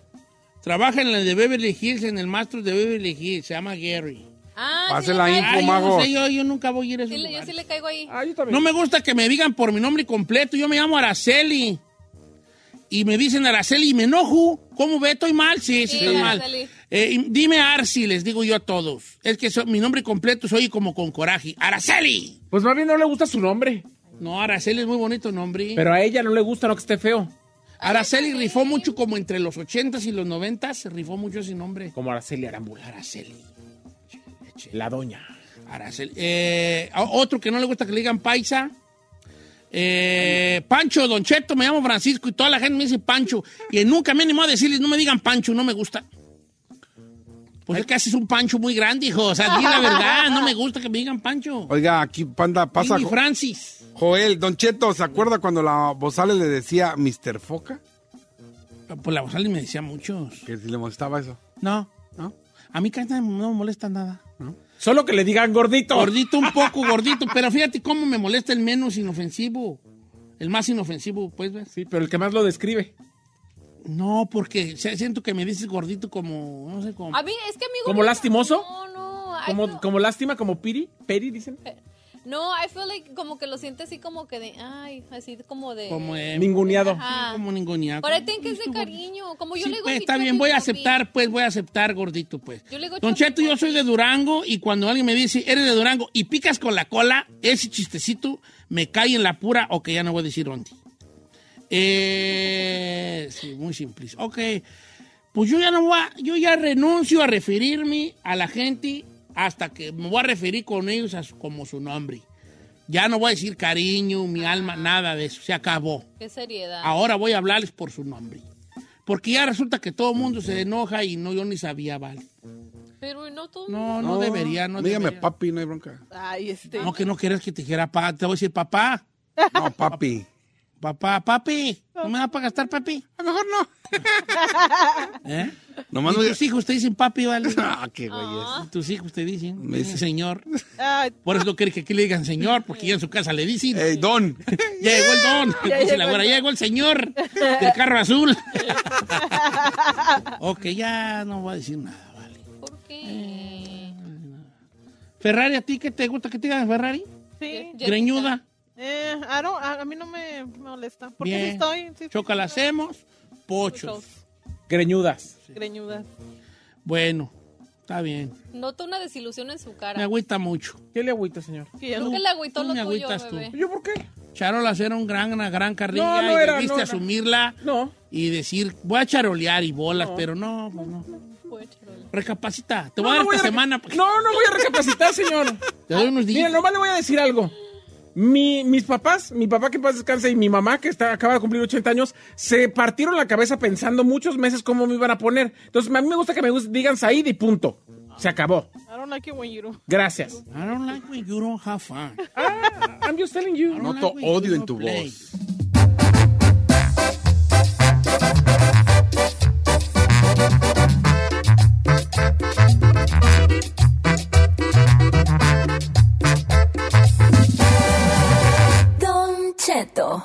S1: Trabaja en la de Beverly Hills, en el Mastro de Beverly Hills. Se llama Gary.
S5: Ah,
S6: Pase
S5: sí
S6: la
S5: le
S6: info,
S5: caigo.
S1: Ay, yo no
S6: mago.
S1: sé, yo, yo nunca voy a ir a esos
S5: Sí le- yo
S1: lugares.
S5: sí le caigo ahí.
S2: Ah, yo también.
S1: No me gusta que me digan por mi nombre completo. Yo me llamo Araceli. Y me dicen Araceli y me enojo. ¿Cómo ve? ¿Estoy mal? Sí, sí,
S5: Sí,
S1: estoy mal.
S5: Araceli.
S1: Eh, y dime Arci, les digo yo a todos. Es que so- mi nombre completo soy como con coraje. ¡Araceli!
S2: Pues más bien no le gusta su nombre,
S1: No, Araceli es muy bonito nombre.
S2: pero a ella no le gusta no que esté feo,
S1: Araceli rifó mucho como entre los 80s y los 90s. Rifó mucho ese nombre.
S2: como Araceli Arámbula,
S1: Araceli. Leche.
S2: la doña.
S1: Araceli. Eh, a- otro que no le gusta que le digan paisa. Eh, Pancho, Don Cheto, me llamo Francisco y toda la gente me dice Pancho. Y nunca me animó a decirles, no me digan Pancho, no me gusta. Pues es que haces un Pancho muy grande, hijo. O sea, di la verdad, no me gusta que me digan Pancho.
S6: Oiga, aquí Panda pasa.
S1: Mini Francis.
S6: Joel, Don Cheto, ¿se acuerda cuando la Bozales le decía Mr. Foca?
S1: Pues la González me decía muchos.
S6: Que si le molestaba eso.
S1: No, no. A mí casi no me molesta nada.
S2: Solo que le digan gordito.
S1: Gordito un poco, gordito. Pero fíjate cómo me molesta el menos inofensivo. El más inofensivo, pues, ¿ves?
S2: Sí, pero el que más lo describe.
S1: No, porque se- siento que me dices gordito como, no sé,
S6: Ah,
S1: como...
S5: A mí, es que amigo.
S2: ¿Como lastimoso?
S5: No, no. I
S2: Como,
S5: feel-
S2: como lástima, como piri, peri dicen.
S5: No, I feel like como que lo siente así como que de. Ay, así como de.
S1: como eh,
S2: Ninguneado.
S5: Ajá.
S1: como ninguneado.
S5: Pero I think que es
S1: Sí,
S5: de cariño. Como yo le digo.
S1: pues,
S5: mi
S1: está
S5: chopi,
S1: bien, voy a
S5: chopi.
S1: aceptar, pues, voy a aceptar gordito, pues.
S5: Yo le digo
S1: Don
S5: chopi,
S1: Cheto, yo
S5: chopi.
S1: soy de Durango y cuando alguien me dice, eres de Durango y picas con la cola, ese chistecito me cae en la pura, o que ya no voy a decir dónde. Eh, sí, muy simple. Ok, pues yo ya no voy a, yo ya renuncio a referirme a la gente hasta que me voy a referir con ellos a su- como su nombre. Ya no voy a decir cariño, mi
S5: Ah.
S1: alma, nada de eso, se acabó.
S5: Qué seriedad.
S1: Ahora voy a hablarles por su nombre. Porque ya resulta que todo el mundo se enoja y no yo ni sabía, vale.
S5: Pero no todo.
S1: No, no, debería, no
S6: Dígame
S1: debería.
S6: papi, no hay bronca.
S4: ay, este.
S1: No, que no quieres que te dijera papá. Te voy a decir papá,
S6: No, papi.
S1: papá, papi. ¿No me da para gastar, papi?
S6: A lo mejor no.
S1: ¿Eh?
S6: Nomás
S1: ¿Y
S6: no
S1: tus hijos te dicen papi, vale.
S6: Ah, qué güey
S1: ¿Y tus hijos te dicen,
S6: Me dice-
S1: señor.
S4: Ay,
S1: Por eso no quiere que aquí le digan señor, porque ya en su casa le dicen.
S6: es. Ey, Don.
S1: Ya llegó el don,
S4: Ya
S1: dice la güera,
S4: llegó el don.
S1: ya llegó el señor del carro azul. ok, ya no voy a decir nada, vale.
S5: ¿Por qué?
S1: Eh. Ferrari, ¿a ti qué te gusta que te digan Ferrari?
S4: sí.
S5: Yo-
S1: Greñuda.
S4: Eh, I don't- a, a mí no me molesta. Porque
S1: Bien.
S4: sí estoy. sí-
S1: Choca la hacemos. Pochos.
S4: Muchos.
S2: Greñudas.
S4: Greñudas.
S1: Bueno, está bien.
S5: Noto una desilusión en su
S1: Me
S5: cara.
S1: agüita mucho.
S2: ¿Qué le agüita, señor?
S4: Que ya
S5: Creo
S4: no-
S5: que le agüitó
S1: tú
S5: lo
S1: me
S5: tuyo,
S1: agüitas tú.
S5: bebé.
S2: ¿Yo por qué?
S1: Charolas era un gran, una gran carrilla
S2: No, no
S1: y
S2: era,
S1: debiste
S2: no era.
S1: asumirla
S2: No.
S1: y decir, voy a charolear y bolas, pero no, pues no.
S5: Fue, charola.
S1: Recapacita, te
S2: No,
S1: voy a
S2: no
S1: dar esta
S2: rec-
S1: semana. pues. porque
S2: No, no voy a recapacitar, señor.
S1: Te doy unos días.
S2: Mira, nomás le voy a decir algo. Mi- mis papás, mi papá que en paz descanse y mi mamá que está, acaba de cumplir 80 años, se partieron la cabeza pensando muchos meses cómo me iban a poner. Entonces, a mí me gusta que me gus- digan Said y punto. Se acabó.
S4: I don't like it when you do.
S2: Gracias.
S1: I don't like when you don't have fun.
S2: I'm just telling you.
S1: No
S6: Noto odio en tu voz.
S7: Don Cheto.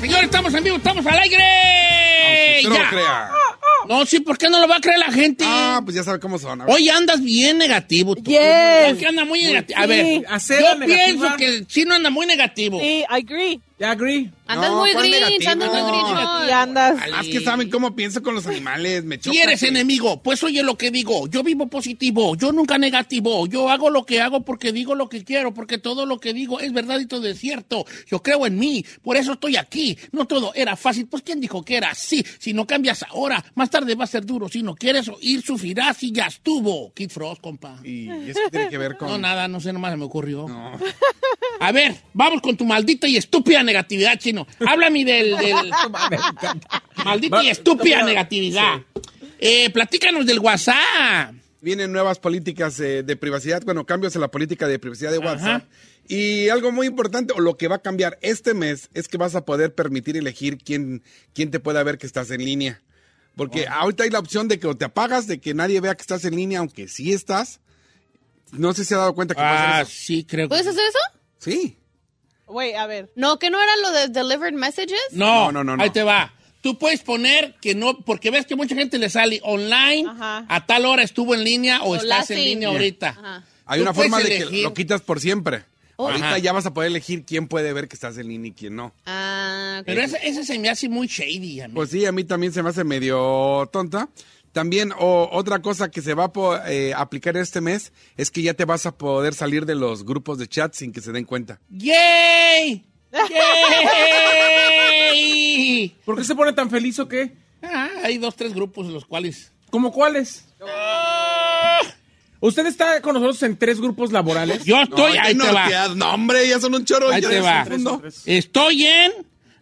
S1: Señores, estamos en vivo, estamos al aire.
S6: Usted no lo
S1: Ya.
S6: crea.
S1: No, sí, ¿por qué no lo va a creer la gente?
S6: Ah, pues ya sabe cómo son. A ver.
S1: Hoy andas bien negativo. Tú.
S4: Yes.
S1: Es que anda muy negativo. A ver,
S2: Acera
S1: yo
S2: negativa.
S1: pienso que el chino anda muy negativo.
S4: Sí, I agree.
S2: Ya agree.
S3: Andas
S6: No,
S3: muy
S6: ¿cuál
S3: grinch,
S6: negativo?
S3: andas muy
S6: No.
S3: grinchón.
S4: Y andas.
S1: Vale.
S6: Ah, es que saben cómo pienso con los animales. Me choca.
S1: Si eres
S6: que-
S1: enemigo, pues oye lo que digo. Yo vivo positivo, yo nunca negativo. Yo hago lo que hago porque digo lo que quiero, porque todo lo que digo es verdad y todo es cierto. Yo creo en mí, por eso estoy aquí. No todo era fácil. Pues ¿quién dijo que era así? Si no cambias ahora, más tarde va a ser duro. Si no quieres oír, sufrirás y ya estuvo. Kid Frost, compa.
S6: Y y eso qué tiene que ver con.
S1: No, nada, no sé, nomás se me ocurrió.
S6: No.
S1: A ver, vamos con tu maldita y estúpida negatividad, chino. Háblame del, del- maldita y estúpida negatividad. Eh, platícanos del WhatsApp.
S6: Vienen nuevas políticas eh, de privacidad, bueno, cambios en la política de privacidad de
S1: Ajá.
S6: WhatsApp. Y algo muy importante, o lo que va a cambiar este mes, es que vas a poder permitir elegir quién, quién te pueda ver que estás en línea. Porque ahorita hay la opción de que o te apagas, de que nadie vea que estás en línea, aunque sí estás. No sé si ha dado cuenta que puede
S1: Ah,
S6: hacer eso.
S1: sí, creo que.
S5: Pues
S3: ¿Puedes hacer eso?
S6: Sí.
S4: Wait, a ver.
S3: No, que no era lo de delivered messages.
S1: No,
S6: No, no, no,
S1: Ahí
S6: no.
S1: te va. Tú puedes poner que no, porque ves que mucha gente le sale online,
S4: Ajá.
S1: a tal hora estuvo en línea o,
S3: O
S1: estás
S3: lasting.
S1: en línea
S3: Ya.
S1: ahorita.
S3: Ajá.
S6: Hay
S1: Tú
S6: una forma
S1: puedes
S6: de que
S1: elegir.
S6: lo quitas por siempre. Ahorita
S1: Ajá.
S6: ya vas a poder elegir quién puede ver que estás en línea y quién no.
S3: Ah, ok.
S1: Pero ese, ese se me hace muy shady a mí.
S6: Pues sí, a mí también se me hace medio tonta. También o- otra cosa que se va a po- eh, aplicar este mes es que ya te vas a poder salir de los grupos de chat sin que se den cuenta.
S1: ¡Yay! ¡Yay!
S2: ¿Por qué se pone tan feliz o qué?
S1: Ah, hay dos, tres grupos en los cuales.
S2: ¿Cómo cuáles? Usted está con nosotros en tres grupos laborales.
S1: Yo estoy,
S6: ya
S1: ahí te va.
S6: norteados. No, hombre, ya son un chorro.
S1: Ahí
S6: ya
S1: te
S6: es
S1: va.
S6: un mundo.
S1: Estoy en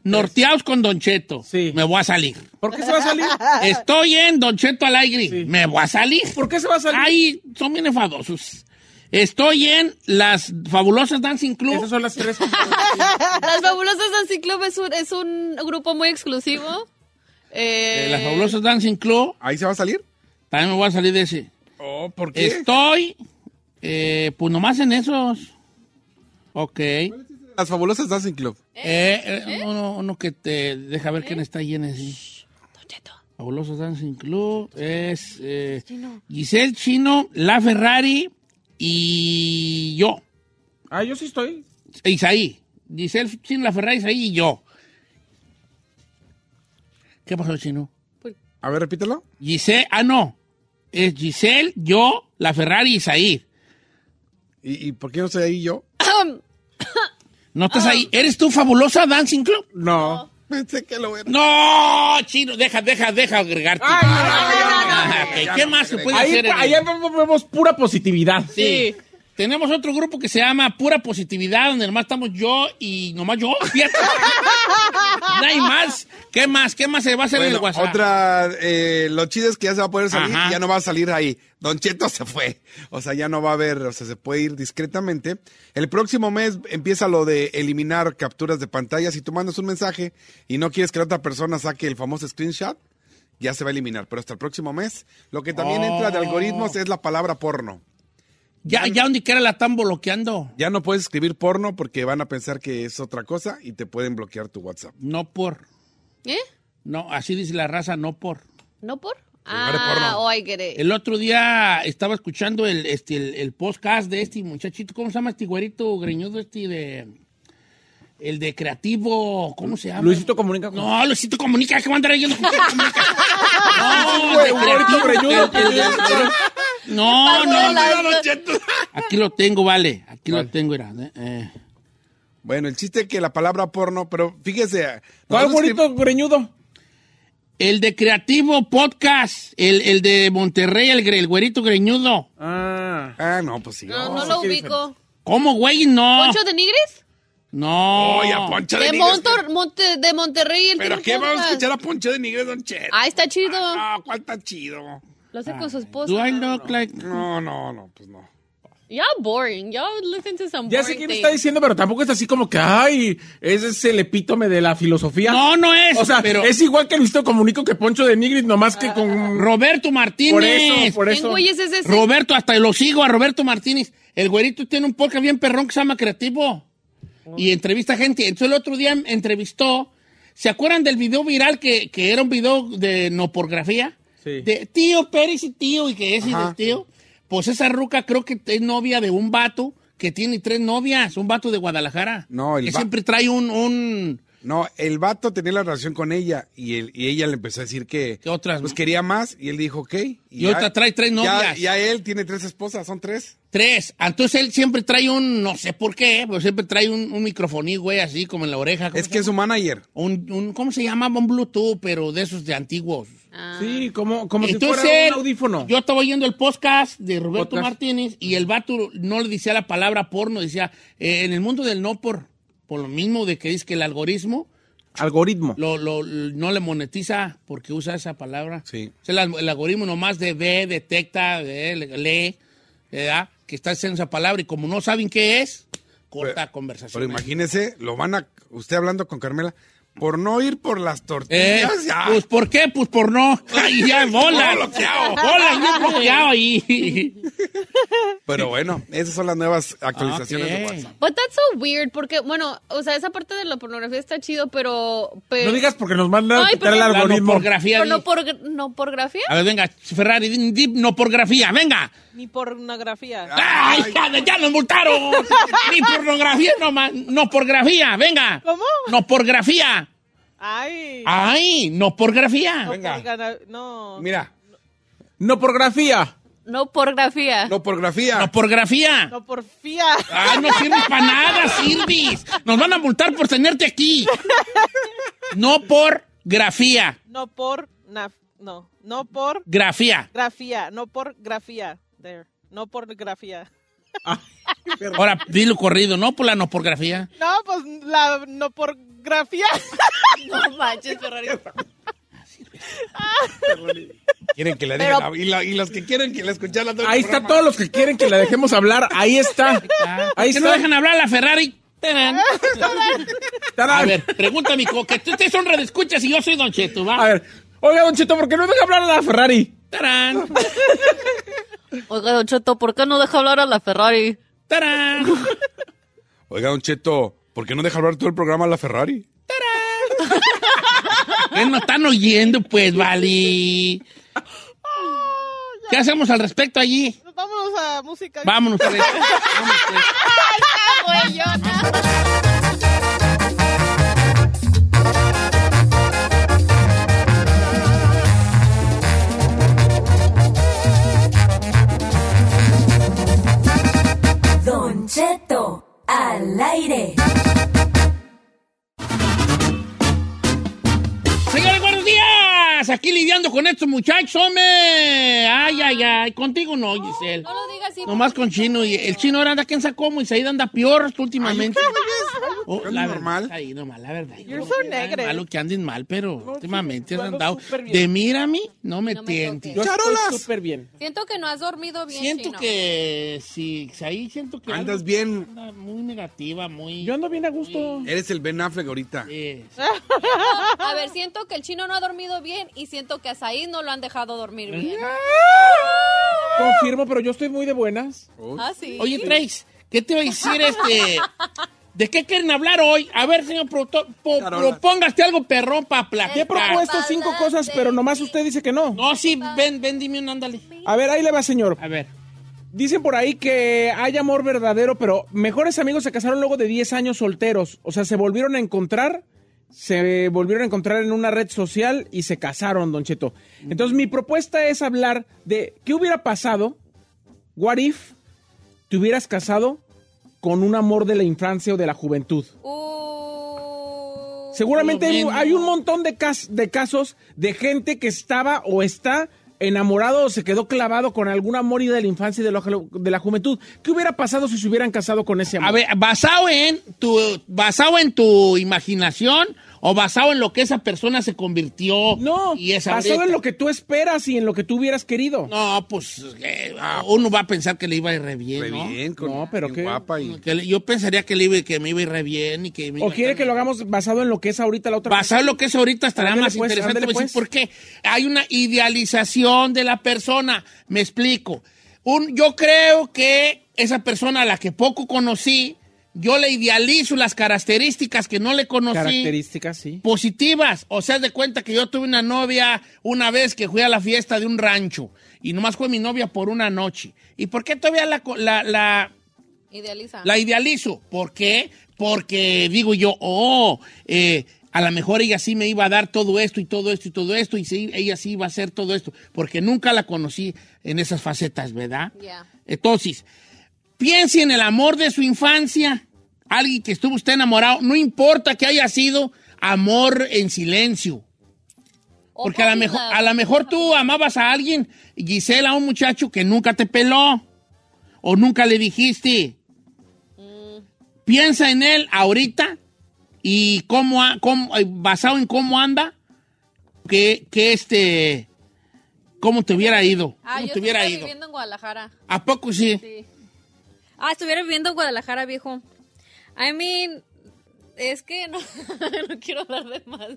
S1: Norteados con Don Cheto.
S2: Sí.
S1: Me voy a salir.
S2: ¿Por qué se va a salir?
S1: Estoy en Don Cheto al aire.
S2: Sí.
S1: Me voy a salir.
S2: ¿Por qué se va a salir?
S1: Ahí son bien enfadosos. Estoy en las fabulosas Dancing Club.
S2: Esas son las tres.
S3: Las Fabulosas Dancing Club es un, es un grupo muy exclusivo. Eh,
S1: Eh, las fabulosas Dancing Club.
S6: Ahí se va a salir.
S1: También me voy a salir de ese.
S6: Oh, ¿por
S1: Estoy, eh, pues nomás en esos. Ok.
S6: Las fabulosas Dancing Club.
S1: Eh, eh, Uno, uno que te deja ver quién está ahí en ese.
S3: Eh,
S1: Fabulosos Dancing Club es eh, Giselle Chino, La Ferrari y yo.
S2: Ah, yo sí estoy.
S1: Isaí. Giselle Chino, La Ferrari, Isaí y yo. ¿Qué pasó, Chino?
S6: A ver, repítelo.
S1: Giselle, ah, no. Es Giselle, yo, La Ferrari y Isaí.
S6: ¿Y, y por qué no estoy ahí yo?
S1: Ah. ¿No estás ahí? ¿Eres tú fabulosa Dancing Club?
S2: No.
S6: Pensé que lo era.
S1: No, chino, deja, deja, deja agregarte.
S4: Ay, no,
S1: Ah, ok, ¿Qué más se puede
S2: Ahí,
S1: hacer? en-
S2: allá vemos pura positividad.
S1: Sí. Tenemos otro grupo que se llama Pura Positividad, donde nomás estamos yo y nomás yo. fíjate. no hay más. ¿Qué más? ¿Qué más se va a hacer en el
S6: Bueno,
S1: WhatsApp?
S6: otra, eh, lo chido es que ya se va a poder salir
S1: pues, Ajá.
S6: y ya no va a salir ahí. Don Cheto se fue. O sea, ya no va a haber, o sea, se puede ir discretamente. El próximo mes empieza lo de eliminar capturas de pantalla. Si tú mandas un mensaje y no quieres que la otra persona saque el famoso screenshot, ya se va a eliminar. Pero hasta el próximo mes, lo que también entra de algoritmos es la palabra porno.
S1: Ya, ya donde quiera la están bloqueando.
S6: Ya no puedes escribir porno porque van a pensar que es otra cosa y te pueden bloquear tu WhatsApp.
S1: No por.
S5: ¿Eh?
S1: No, así dice la raza, no por.
S5: ¿No por?
S6: Lugar de
S5: Ah,
S6: porno.
S5: oh, I get it.
S1: El otro día estaba escuchando el, este, el, el podcast de este muchachito, ¿cómo se llama este güerito greñudo este de... El de creativo, ¿cómo se llama?
S2: Luisito comunica. con-
S1: No, Luisito Comunica, que va a andar ahí yendo con Luisito Comunica. No, de
S2: Güey, Luisito
S1: creativo.
S2: Greñudo, que-
S1: No, no, no, no.
S6: Don Cheto.
S1: Aquí lo tengo, vale. Aquí lo tengo, mira. eh, eh.
S6: Bueno, el chiste es que la palabra porno, pero fíjese.
S2: ¿Cuál
S6: nosotros escri-
S2: güerito greñudo?
S1: El de Creativo Podcast, el, el de Monterrey, el, gre- el güerito greñudo.
S2: Ah.
S6: Ah, no, pues sí.
S5: No, no lo ubico.
S1: ¿Cómo, güey? No.
S5: ¿Poncho de Nigres?
S1: No.
S6: Oye, a Oh, Poncho de
S5: De,
S6: Nigres.
S5: Montor- Monte- de Monterrey. él
S6: ¿Pero
S5: tiene
S6: qué vamos a
S5: podcast.
S6: escuchar a Poncho de Nigres, Don Cheto?
S5: Ah, está chido.
S6: No, ¿cuál tan chido?
S5: Lo hace con su esposa.
S1: Do I look like...
S6: No, no, no, pues no.
S5: Y'all boring. Y'all listen to some
S2: Ya
S5: boring
S2: sé quién
S5: thing.
S2: está diciendo, pero tampoco es así como que, ay, ese es el epítome de la filosofía.
S1: No, no es.
S2: O sea,
S1: pero
S2: es igual que Luisito Comunico que Poncho de Nigris, nomás que con...
S1: Roberto Martínez.
S2: Por eso, por
S5: ¿Quién
S2: eso.
S5: güey es ese?
S1: Roberto, hasta lo sigo a Roberto Martínez. El güerito tiene un podcast bien perrón que se llama Creativo. Y entrevista gente. Entonces el otro día entrevistó. ¿Se acuerdan del video viral que, que era un video de no pornografía?
S2: Sí.
S1: De tío Pérez y tío, y que es y del tío. Pues esa ruca creo que es novia de un vato que tiene tres novias, un vato de Guadalajara.
S6: No, el
S1: Que
S6: va-
S1: siempre trae un, un-
S6: No, el vato tenía la relación con ella y, él, y ella le empezó a decir que
S1: ¿Qué otras,
S6: pues
S1: no?
S6: quería más y él dijo, ok. Y,
S1: Y otra trae tres
S6: ya-
S1: novias.
S6: Ya, él tiene tres esposas, son tres.
S1: Tres. Entonces él siempre trae un, no sé por qué, pero siempre trae un, un microfoní, güey, así como en la oreja. ¿Cómo
S6: Es
S1: se
S6: que
S1: llama?
S6: es su manager.
S1: un, un- ¿cómo se llama? Un Bluetooth, pero de esos de antiguos.
S2: Sí, como, como si
S1: Entonces,
S2: fuera un audífono.
S1: yo estaba oyendo el podcast de Roberto
S2: Podcast.
S1: Martínez y el vato no le decía la palabra porno, decía, eh, en el mundo del no por, por lo mismo de que dice que el algoritmo
S2: Algoritmo.
S1: lo, lo- lo- no le monetiza porque usa esa palabra.
S6: Sí.
S1: O sea, el, al- el algoritmo nomás de ve, detecta, ve, le- lee, ¿verdad? que está haciendo esa palabra y como no saben qué es, corta conversación.
S6: Pero imagínese, lo van a, usted hablando con Carmela, por no ir por las
S1: Eh,
S6: tortillas. ya.
S1: pues ¿por qué? Pues por no. Ay, ya, bola.
S6: No, bloqueado.
S1: Bola, bien bloqueado ahí.
S6: Pero bueno, esas son las nuevas actualizaciones de
S1: Ok.
S6: WhatsApp.
S5: But that's so weird, porque, bueno, o sea, esa parte de la pornografía está chido, pero... pero
S2: No digas porque nos mandan a
S5: Ay,
S2: quitar el
S5: perdón.
S1: La
S2: algoritmo.
S1: noporgrafía.
S5: Pero no,
S1: di. Ah.
S5: por, no pornografía.
S1: A ver, venga, Ferrari, di- di no pornografía, venga.
S4: Ni
S1: Ah.
S4: pornografía.
S1: ¡Ay, ya, ya nos multaron! Ni pornografía, no, más. no pornografía, venga.
S4: ¿Cómo?
S1: No pornografía.
S4: Ay.
S1: Ah, Ay, no pornografía.
S6: Venga.
S4: Pornogana- No.
S6: Mira,
S2: No pornografía.
S5: No pornografía.
S6: no pornografía.
S1: No pornografía.
S4: No porfía.
S1: Ay, no sirves para nada, sirvis. Nos van a multar por tenerte aquí. No pornografía.
S4: No por naf- no, no por
S1: Grafía.
S4: grafía, no por grafía. There. No por grafía.
S1: Ahora, dilo corrido, no por la noporgrafía.
S4: No, pues la no por grafía.
S5: No manches, Ferrari.
S6: Quieren que le
S5: Pero-
S6: digan, y, la- y los que quieren que le escuchen las dos
S2: Ahí está
S6: programas.
S2: todos los que quieren que la dejemos hablar. Ahí está. Ahí
S1: ¿Por qué no
S2: está.
S1: dejan hablar a la Ferrari? Tarán.
S2: Tarán.
S1: A ver, pregunta mi coca. Tú te son redescuchas y yo soy Don Cheto,
S2: A
S1: ¿va?
S2: ver. Oiga, Don Cheto, ¿por qué no deja hablar a la Ferrari?
S1: Tarán,
S5: Oiga, Don Cheto, ¿por qué no deja hablar a la Ferrari?
S1: tarán.
S6: Oiga, Don Cheto, ¿por qué no deja hablar todo el programa a la Ferrari?
S1: ¿Qué no están oyendo, pues, Vali? ¿Qué hacemos al respecto allí?
S4: Vámonos a música.
S1: Vámonos, pues. Vámonos, pues.
S7: Don Cheto, al aire.
S1: aquí lidiando con estos muchachos, hombre. Ay, ay, ay. Contigo no, Giselle.
S5: No lo digas así.
S1: Nomás con Chino. Y el Chino ahora anda quién sacó y Said anda peor últimamente. Oh,
S6: ¿Es
S1: la
S6: normal?
S1: Verdad, ahí nomás, la verdad.
S4: You're
S1: No,
S4: so
S1: que nada de
S4: negre.
S1: Malo que anden mal, pero últimamente has
S2: ando
S1: andado.
S2: súper bien.
S1: De mírame, no me
S5: No me
S1: tientes.
S2: Yo
S1: Yo
S2: estoy
S6: ¡Charolas!
S2: súper bien.
S5: Siento que no has dormido bien.
S1: siento
S5: Chino.
S1: que sí, ahí siento que.
S6: Andas
S1: algo-
S6: bien.
S1: anda Muy negativa, muy. eh,
S2: Yo ando bien a gusto.
S6: Eres el Ben Affleck ahorita.
S1: Sí, sí.
S5: No, a ver, siento que el chino no ha dormido bien y siento que a Said no lo han dejado
S1: Mm.
S5: dormir bien.
S2: Confirmo, pero yo estoy muy de buenas.
S5: Ah, sí.
S1: Oye, Trace, ¿qué te iba a decir este? ¿De qué quieren hablar hoy? A ver, señor, proto- po-
S6: Carola.
S1: propóngase algo perrón para platicar.
S2: He propuesto cinco
S5: Adelante.
S2: cosas, pero nomás usted dice que no.
S1: No, sí, ven, ven, dime un ándale.
S2: A ver, ahí le va, señor.
S1: A ver.
S2: Dicen por ahí que hay amor verdadero, pero mejores amigos se casaron luego de 10 años solteros. O sea, se volvieron a encontrar, se volvieron a encontrar en una red social y se casaron, Don Cheto. Entonces, mi propuesta es hablar de qué hubiera pasado, what if, te hubieras casado con un amor de la infancia o de la juventud.
S5: Uh,
S2: Seguramente hay,
S1: Lo mismo.
S2: hay un montón de, cas- de casos de gente que estaba o está enamorado o se quedó clavado con algún amor y de la infancia y de, lo- de la juventud. ¿Qué hubiera pasado si se hubieran casado con ese amor?
S1: A ver, basado en tu basado en tu imaginación o basado en lo que esa persona se convirtió.
S2: no,
S1: y es
S2: basado
S1: ahorita?
S2: en lo que tú esperas y en lo que tú hubieras querido. No,
S1: No, pues eh, ah, uno va a pensar que le iba a ir re bien,
S6: Re
S1: ¿no?
S6: bien, con,
S2: No, pero
S6: bien
S2: qué-
S6: guapa y...
S1: Que le- yo pensaría que, le iba, que me iba a ir re bien y que me iba
S2: ¿O
S1: a
S2: quiere
S1: estar-
S2: que lo hagamos basado en lo que es ahorita la otra
S1: Basado en lo que es ahorita estará
S2: Ándale,
S1: más
S2: pues,
S1: interesante
S2: ándale,
S1: voy a decir,
S2: pues.
S1: porque hay una idealización de la persona. Me explico. Un- yo creo que esa persona a la que poco conocí, yo le idealizo las características que no le conocí
S2: Características, sí.
S1: positivas. O sea, haz de cuenta que yo tuve una novia una vez que fui a la fiesta de un rancho y nomás fue mi novia por una noche. ¿Y por qué todavía la, co- la, la,
S5: idealiza.
S1: la idealizo. ¿Por qué? Porque digo yo, oh, eh, a lo mejor ella sí me iba a dar todo esto y todo esto y todo esto, y sí, ella sí iba a hacer todo esto, porque nunca la conocí en esas facetas, ¿verdad?
S5: Ya.
S1: Entonces, piense en el amor de su infancia, alguien que estuvo usted enamorado, no importa que haya sido amor en silencio.
S5: O
S1: Porque a lo mejor,
S5: popular.
S1: a lo mejor tú amabas a alguien, Gisela, a un muchacho que nunca te peló o nunca le dijiste.
S5: Mm.
S1: Piensa en él ahorita y cómo, ha- cómo- eh, basado en cómo anda, que, que este, cómo te hubiera ido,
S5: Ah,
S1: cómo
S5: yo
S1: te hubiera
S5: estuviera
S1: ido.
S5: viviendo en Guadalajara.
S1: ¿A poco sí?
S5: Sí. Ah, estuviera viviendo en Guadalajara, viejo. I mean, es que no, no quiero hablar de más.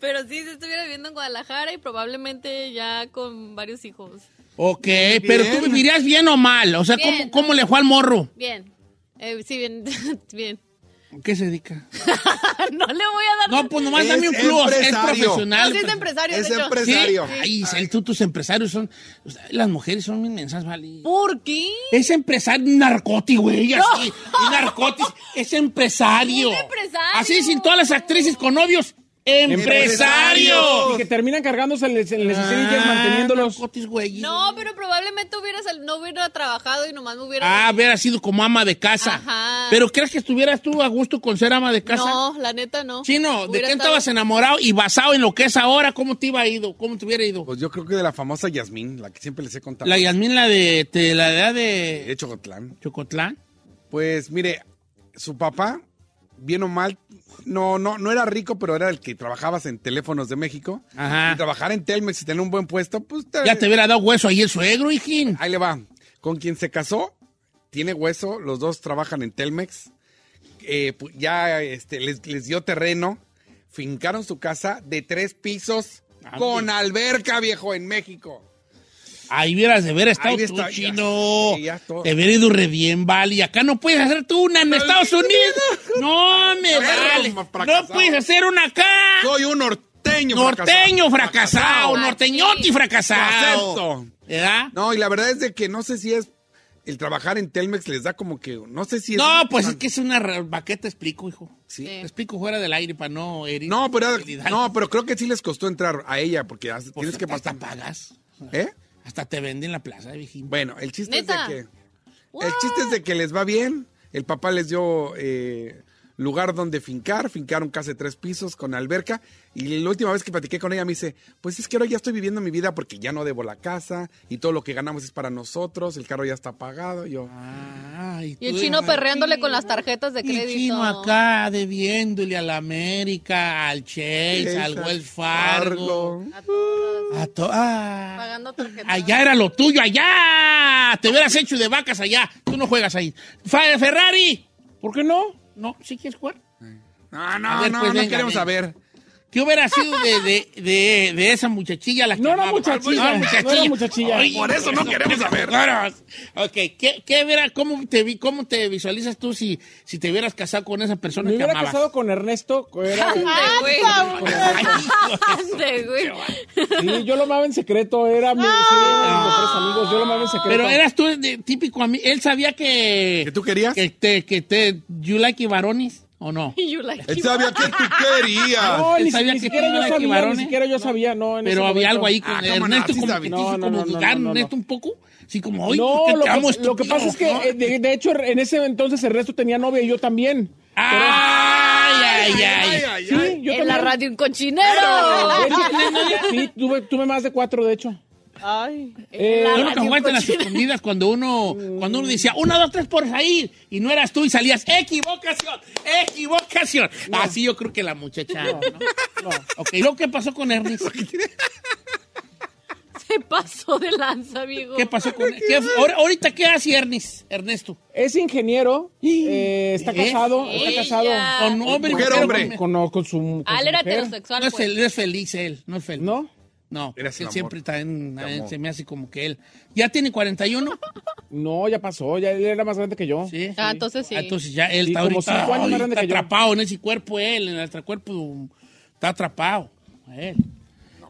S5: Pero sí, si estuviera viviendo en Guadalajara y probablemente ya con varios hijos.
S1: Ok, pero tú vivirías bien o mal, o sea,
S5: Bien.
S1: ¿cómo, cómo le fue al morro?
S5: Bien. Eh, sí, bien. bien.
S1: ¿A ¿Qué se dedica?
S5: no le voy a dar.
S1: No, pues nomás
S6: Es
S1: dame un plus, es
S6: empresario.
S1: profesional. pues.
S3: Así es de empresario,
S6: Es
S3: de hecho.
S1: Sí.
S6: empresario.
S1: Ay, Isel, tú, tus empresarios son. o sea, Las mujeres son inmensas, vale.
S5: ¿Por qué?
S1: Es empresario narcoti, güey, así. y narcotis. Es empresario.
S5: Es empresario.
S1: Así sin todas las actrices con novios.
S2: Y
S1: Empresario.
S2: que terminan cargándose en el en el escenario y manteniéndolos.
S1: Narcotis, Ah. güey.
S5: No, pero probablemente hubiera sal- no hubiera trabajado y nomás me hubiera.
S1: Ah, hubiera sido como ama de casa.
S5: Ajá.
S1: Pero ¿crees que estuvieras tú a gusto con ser ama de casa?
S5: no, la neta no.
S1: Chino, ¿de
S5: Hubiera
S1: qué
S5: estado-
S1: estabas enamorado y basado en lo que es ahora? ¿Cómo te iba a ido? ¿Cómo te hubiera ido?
S6: Pues yo creo que de la famosa Yasmín, la que siempre les he contado.
S1: La Yasmín, la de, te- la edad
S6: De
S1: de
S6: Chocotlán.
S1: Chocotlán.
S6: Pues mire, su papá, bien o mal, no, no, no era rico, pero era el que trabajabas en teléfonos de México.
S1: Ajá.
S6: Y trabajar en Telmex y tener un buen puesto, pues te-
S1: Ya te hubiera dado hueso ahí el suegro, hijín.
S6: Ahí le va. Con quien se casó, tiene hueso, los dos trabajan en Telmex. Eh, pu- ya este, les, les dio terreno, fincaron su casa de tres pisos
S1: Ah,
S6: con alberca, viejo, en México.
S1: Ahí hubieras de haber estado
S6: Ahí
S1: tú,
S6: está, ya.
S1: chino.
S6: Sí, ya todo.
S1: Te hubiera ido re bien, vale. Y acá no puedes hacer tú una en Estados Unidos. No, me
S6: Perro,
S1: vale.
S6: más
S1: No
S6: fracasado.
S1: puedes hacer una acá.
S6: Soy un norteño,
S1: Norteño fracasado,
S5: Fracasado. Ah,
S1: norteñoti fracasado.
S6: Acento.
S1: ¿Verdad?
S6: No, y la verdad es de que no sé si es el trabajar en Telmex les da como que no sé si es
S1: No, pues es que es una ra- baqueta, te explico, hijo.
S6: Sí.
S1: Te explico fuera del aire para no herir.
S6: no, pero
S1: sensibilidades.
S6: no, pero creo que sí les costó entrar a ella porque has-
S1: Pues
S6: tienes que
S1: hasta
S6: pasar.
S1: pagas.
S6: ¿Eh?
S1: Hasta te venden la plaza, Vigín.
S6: Bueno, el chiste
S5: ¿Neta?
S6: es de que el chiste es de que les va bien. El papá les dio eh, lugar donde fincar, fincaron casa de tres pisos con alberca y la última vez que platiqué con ella me dice, pues es que ahora ya estoy viviendo mi vida porque ya no debo la casa y todo lo que ganamos es para nosotros, el carro ya está pagado, yo...
S1: Ah, Ay,
S3: Y el
S1: tú
S3: chino
S1: eres
S3: perreándole
S1: aquí.
S3: con las tarjetas de
S1: Y
S3: crédito.
S1: el chino acá debiéndole a la América, al Chase, al Wells Fargo.
S6: Fargo.
S1: A to- ah,
S5: Pagando tarjeta.
S1: allá era lo tuyo, allá. Te hubieras hecho de vacas allá. Tú no juegas ahí. Fa- Ferrari.
S2: ¿Por qué no?
S1: No, ¿sí quieres jugar?
S6: No,
S1: A
S6: no,
S1: ver,
S6: no,
S1: pues,
S6: no
S1: venga,
S6: queremos
S1: venga.
S6: saber.
S1: ¿Qué hubiera sido de, de- de- de esa muchachilla a la que Ah,
S2: No era
S1: amabas?
S2: muchachilla,
S1: No era
S2: no era muchachilla.
S6: Por eso no queremos saber.
S1: Claro. Ok, ¿qué, qué hubiera- cómo, te, vi- ¿cómo te visualizas tú si, si te hubieras casado con esa persona
S2: Me
S1: que
S2: hubiera
S1: amabas?
S2: casado con Ernesto. era-
S5: Ande, güey.
S1: Ay, hijo de
S5: Ande,
S1: su-
S5: güey.
S2: sí, yo lo amaba en secreto. Era mi. sí, éramos los tres amigos. Yo lo amaba en secreto.
S1: Pero eras tú de- típico a mí. Él sabía que.
S6: ¿Que tú querías?
S1: Que te. Que te ¿You like y varones o no?
S5: You like
S6: Él
S5: it.
S6: sabía Eh, que tú querías.
S2: No,
S1: Él
S2: ni,
S1: Ah, sabía
S2: ni
S1: que
S2: siquiera
S1: tú no
S2: yo
S1: eras
S2: sabía.
S1: Quibarone.
S2: Ni siquiera yo sabía. No, en ese
S1: Pero había
S2: momento.
S1: algo ahí con
S6: Ah, cómo no,
S1: Ernesto,
S6: sí
S1: como que
S6: sabía.
S1: te
S2: No,
S1: hizo
S2: no,
S1: como
S2: no, no,
S1: dudar,
S2: no, no.
S1: Ernesto, un poco. Así como, oye,
S2: no,
S1: ¿por qué
S2: lo,
S1: pues, te amo,
S2: que, lo que
S1: estúpido?
S2: pasa es que,
S1: ¿No?
S2: eh, de, de hecho, en ese entonces Ernesto tenía novia y yo también.
S1: ¡Ay, ay, ay!
S2: Sí, yo también.
S5: En la radio un cochinero.
S2: De hecho, sí, tuve, tuve más de cuatro, de hecho.
S4: Ay.
S2: Eh,
S1: Yo no que aguanto en las escondidas cuando uno, cuando uno decía, una, dos, tres por salir, y no eras tú y salías, equivocación, equivocación. Así yo creo que la muchacha. No, Ok, ¿y luego qué pasó con Ernesto?
S5: Se pasó de lanza, amigo.
S1: ¿Qué pasó con él? ¿Qué- ahor- ahorita, ¿qué hace Ernest? Ernesto?
S2: es ingeniero, eh, está
S1: ¿Eh?
S2: casado,
S5: Sí,
S2: está casado.
S5: ya.
S1: Con hombre,
S6: Ah, Mujer,
S1: mujer,
S6: hombre.
S1: hombre.
S2: Con, con su. con
S5: Ah,
S2: su
S5: él era
S2: mujer.
S5: heterosexual.
S1: No es,
S5: pues.
S1: fel- no es feliz él, no es feliz.
S2: ¿No?
S1: No,
S6: Eres
S1: él
S6: el
S1: siempre
S6: amor.
S1: está en,
S6: El
S1: eh,
S6: amor.
S1: se me hace como que él. ¿Ya tiene 41?
S2: No, ya pasó, ya él era más grande que yo.
S1: Sí.
S3: Ah, entonces sí.
S1: Ah, Entonces ya él
S2: Sí,
S1: está
S2: como
S1: ahorita,
S2: cinco años más
S1: ahorita
S2: grande que yo.
S1: atrapado en ese cuerpo él, en nuestro cuerpo um, está atrapado él.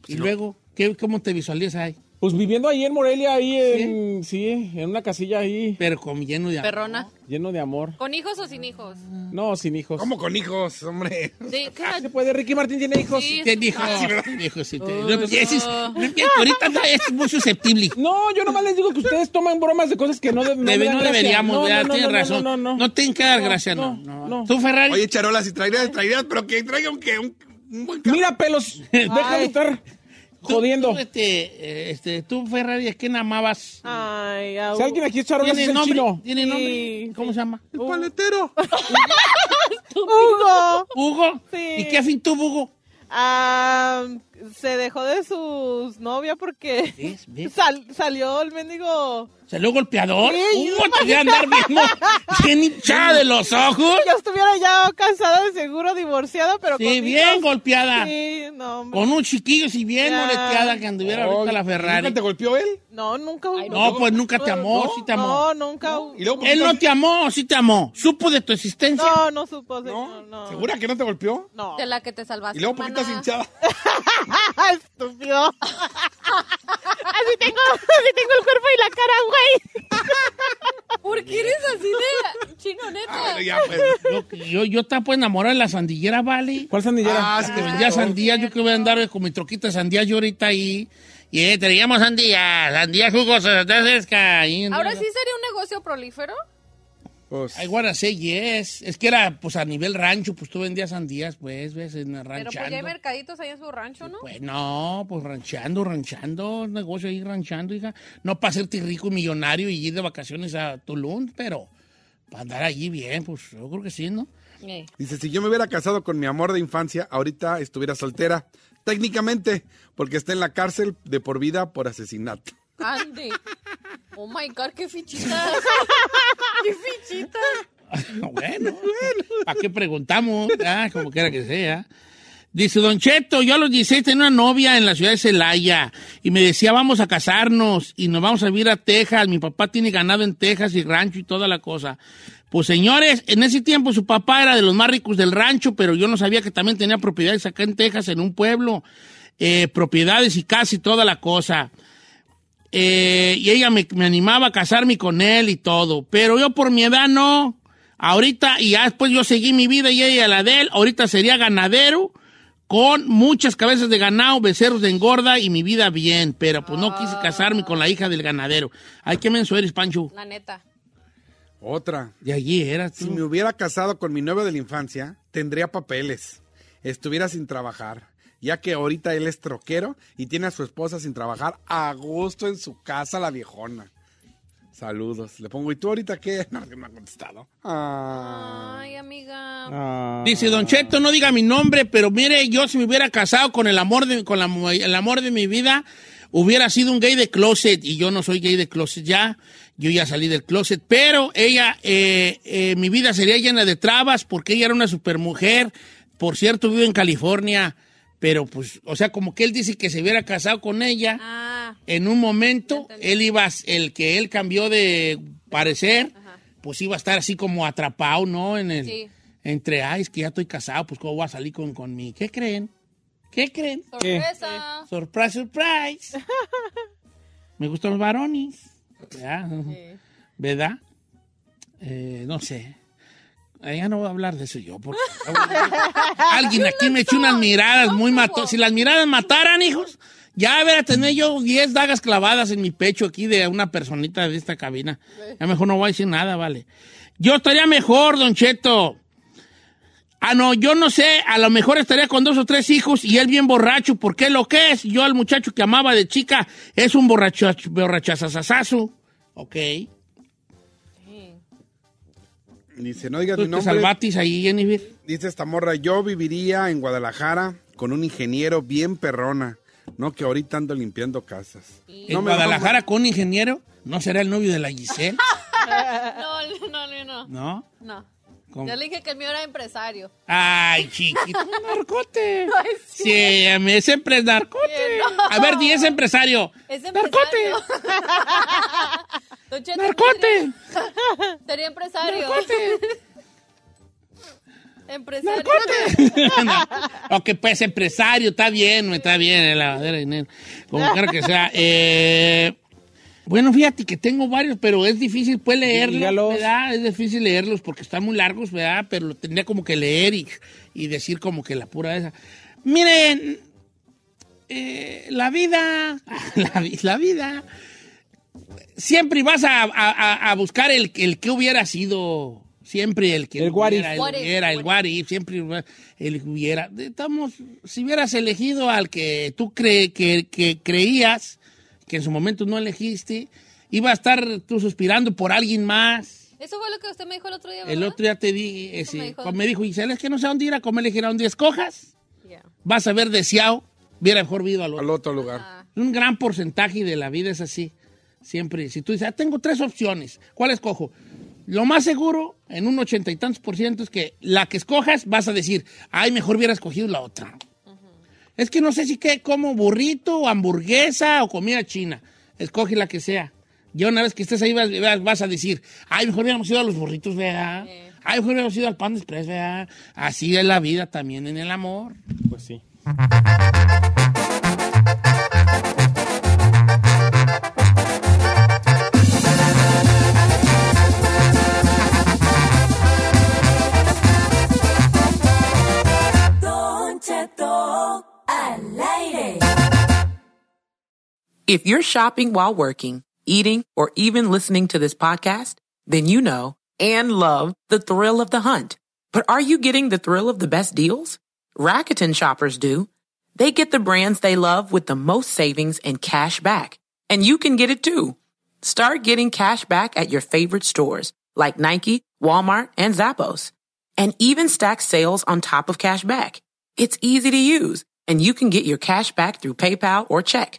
S1: y luego, ¿qué, ¿cómo te visualizas ahí?
S2: Pues viviendo ahí en Morelia, ahí en. Sí, en una casilla ahí,
S1: Pero con lleno de amor.
S5: Perrona.
S2: lleno de amor.
S5: ¿Con hijos o sin hijos?
S1: Mm.
S2: No, sin hijos.
S6: ¿Cómo con hijos, hombre?
S5: Sí.
S1: Ah,
S2: se puede? Ricky Martín tiene hijos.
S5: Sí.
S1: Te dijo, dijo, sí, te- no, pues, ese es- no, mira, ahorita anda- es muy susceptible.
S2: No, yo nomás les digo que ustedes toman bromas de cosas que no, de- no me
S1: Debe-
S2: dan
S1: no
S2: gracia.
S1: deberíamos,
S2: No,
S1: ¿verdad?
S2: no, no,
S1: tienes
S2: no,
S1: razón.
S2: No, no, no.
S1: tienen que dar gracia, no.
S2: no,
S1: no.
S2: no.
S1: ¿Tú, Ferrari?
S6: Oye, Charola, si traerías, traerías, pero que traiga un, que un, un buen carro.
S2: Mira, pelos, deja de estar
S1: tú-
S2: jodiendo. Ah,
S1: Tú, este, eh, este, tú, Ferrari, ¿a quién amabas?
S4: Ay, au.
S2: Si alguien aquí es charola, es
S1: ¿Tiene
S2: el
S1: nombre?
S2: chino.
S1: ¿Tiene nombre?
S4: Sí,
S1: ¿Cómo se llama?
S6: El paletero.
S4: Hugo.
S1: ¿Hugo?
S4: Sí.
S1: ¿Y qué fin tuvo Hugo?
S4: Ah, se dejó de sus novia porque
S1: ¿Ves? ¿Ves?
S4: sal- salió el mendigo.
S1: ¿Salió golpeador?
S4: Sí.
S1: Hugo te voy a andar bien, mo- bien hinchada de los ojos.
S4: Yo estuviera ya cansada de seguro, divorciada, pero
S1: Sí,
S4: con
S1: bien
S4: hijos.
S1: golpeada.
S4: Sí, no, hombre.
S1: Con un chiquillo, sí, bien
S4: Ya.
S1: moleteada que anduviera ahorita la Ferrari.
S6: ¿Nunca te golpeó él?
S4: No, nunca hubo.
S1: No, pues nunca te amó, sí te amó.
S4: No, nunca hubo.
S6: Y luego,
S1: Él no te amó, sí te amó. Supo de tu existencia.
S4: No, no supo,
S6: ¿No?
S4: señor, no.
S6: ¿Segura que no te golpeó?
S4: No.
S5: De la que te salvaste.
S6: Y luego, ¿por qué estás
S5: mana.
S6: hinchada?
S4: Ah, estúpido. así tengo, así tengo el cuerpo y la cara, güey.
S5: ¿Por qué eres así de chino,
S6: Ah,
S5: neta?
S6: bueno, ya, pues.
S1: Yo, yo, yo tapo enamorada de la sandillera, vale.
S2: ¿Cuál sandillera?
S6: Ah, sí, te
S1: Vendía sandías, yo que voy a andar con mi troquita de sandías yo ahorita ahí. Y eh, teníamos sandías, sandías jugosas, sandías frescas. y-
S5: Ahora sí sería un negocio prolífero.
S6: Pues,
S1: I wanna say yes. Es que era, pues, a nivel rancho, pues, tú vendías sandías, pues, ves, en
S5: Pero pues ya hay
S1: ranchando.
S5: mercaditos ahí en su rancho, ¿no?
S1: Pues, no, pues, ranchando, ranchando, un negocio ahí ranchando, hija. No para hacerte rico y millonario y ir de vacaciones a Tulum, pero para andar allí bien, pues, yo creo que sí, ¿no?
S5: Eh.
S6: dice, si yo me hubiera casado con mi amor de infancia, ahorita estuviera soltera. Técnicamente, porque está en la cárcel de por vida por asesinato.
S5: Ande. Oh my god, qué fichita. qué fichita.
S1: bueno, ¿para qué preguntamos? Ah, como quiera que sea. Dice, Don Cheto, yo a los 16 tenía una novia en la ciudad de Celaya y me decía, vamos a casarnos y nos vamos a vivir a Texas. Mi papá tiene ganado en Texas y rancho y toda la cosa. Pues señores, en ese tiempo su papá era de los más ricos del rancho, pero yo no sabía que también tenía propiedades acá en Texas, en un pueblo. Eh, propiedades y casi toda la cosa. Eh, y ella me, me animaba a casarme con él y todo. Pero yo por mi edad no. Ahorita, y ya después yo seguí mi vida y ella la de él. Ahorita sería ganadero con muchas cabezas de ganado, becerros de engorda y mi vida bien. Pero pues no quise casarme con la hija del ganadero. Hay que mensuar, Pancho.
S5: La neta.
S6: Otra.
S1: De allí era.
S6: Si
S1: tú.
S6: me hubiera casado con mi novio de la infancia, tendría papeles. Estuviera sin trabajar. Ya que ahorita él es troquero y tiene a su esposa sin trabajar a gusto en su casa, la viejona. Saludos. Le pongo, ¿y tú ahorita qué? No, no me ha contestado. Ah.
S5: Ay, amiga.
S1: Ah. Dice, Don Cheto, no diga mi nombre, pero mire, yo si me hubiera casado con el amor de, con la mu- el amor de mi vida, hubiera sido un gay de closet. Y yo no soy gay de closet ya. Yo ya salí del closet. Pero ella, eh, eh, mi vida sería llena de trabas porque ella era una supermujer. Por cierto, vive en California. Pero pues, o sea, como que él dice que se hubiera casado con ella.
S5: Ah,
S1: En un momento, él iba, a- el que él cambió de parecer, pues iba a estar así como atrapado, ¿no? En el,
S5: Sí.
S1: Entre, ay, es que ya estoy casado, pues cómo voy a salir con, con mi... ¿Qué creen? ¿Qué creen?
S5: sorpresa.
S1: Surprise, surprise. Me gustan los varones. ¿Verdad? ¿Verdad? Eh, no sé. Eh, Ya no voy a hablar de eso yo. Porque... Alguien aquí me echó unas miradas muy matosas. Si las miradas mataran, hijos, ya hubiera tenido yo 10 dagas clavadas en mi pecho aquí de una personita de esta cabina. Ya mejor no voy a decir nada, vale. Yo estaría mejor, don Cheto. Ah, no, yo no sé, a lo mejor estaría con dos o tres hijos y él bien borracho, porque lo que es, yo al muchacho que amaba de chica es un borracho, borrachazazazazo. Ok.
S6: Dice, no digas
S1: ¿Tú
S6: mi
S1: te
S6: nombre.
S1: salvatis ahí, Jennifer?
S6: Dice esta morra, yo viviría en Guadalajara con un ingeniero bien perrona. No que ahorita ando limpiando casas.
S1: ¿En
S6: No me
S1: Guadalajara con un ingeniero? ¿No será el novio de la Giselle?
S5: No, no, no, no.
S1: ¿No?
S5: No.
S1: ¿Cómo?
S5: Ya le dije que el mío era empresario.
S1: Ay, chiquito, un narcote. Sí, ese es narcote. A ver, di ese empresario.
S5: Es
S1: ¡Narcote!
S5: empresario. Don Cheto,
S1: ¡Narcote!
S5: Sería empresario. Empresario.
S1: Ok, pues empresario, está bien, está bien, eh, el lavadero de dinero. Como quiera que sea. Eh, bueno, fíjate que tengo varios, pero es difícil pues leerlos,
S2: Dígalos.
S1: ¿verdad? Es difícil leerlos porque están muy largos, ¿verdad? Pero lo tendría como que leer y, y decir como que la pura esa. Miren, eh, la vida, la, vi- la vida, siempre vas a, a- a- a buscar el, el que hubiera sido, siempre el que
S2: El what
S1: hubiera,
S5: if. What
S1: el
S5: if,
S1: hubiera, el
S5: what
S1: what if, siempre hubiera- el que hubiera. Estamos, si hubieras elegido al que tú cre, que, que creías, que en su momento no elegiste, iba a estar tú suspirando por alguien más.
S5: Eso fue lo que usted me dijo el otro día, ¿verdad?
S1: El otro día te dije,
S5: Eso me
S1: ese,
S5: dijo.
S1: cuando me dijo, Gisela, es que no sé a dónde ir, a comer, le dije, ¿a dónde escojas?
S5: Ya.
S1: Vas a haber deseado, hubiera mejor vivido al otro.
S6: Al otro lugar.
S1: Un gran porcentaje de la vida es así. Siempre, si tú dices, "Ah, tengo tres opciones, ¿cuál escojo? Lo más seguro, en un ochenta y tantos por ciento, es que la que escojas vas a decir, ay, mejor hubiera escogido la otra. Es que no sé si qué, como burrito, o hamburguesa o comida china. Escoge la que sea. Ya una vez que estés ahí vas, vas- vas a decir, ay, mejor hubiéramos ido a los burritos, vea. Ay, mejor hubiéramos ido al pan de express, vea. Así es la vida también en el amor.
S2: Pues sí.
S7: If you're shopping while working, eating, or even listening to this podcast, then you know and love the thrill of the hunt. But are you getting the thrill of the best deals? Rakuten shoppers do. They get the brands they love with the most savings and cash back. And you can get it too. Start getting cash back at your favorite stores like Nike, Walmart, and Zappos. And even stack sales on top of cash back. It's easy to use and you can get your cash back through PayPal or check.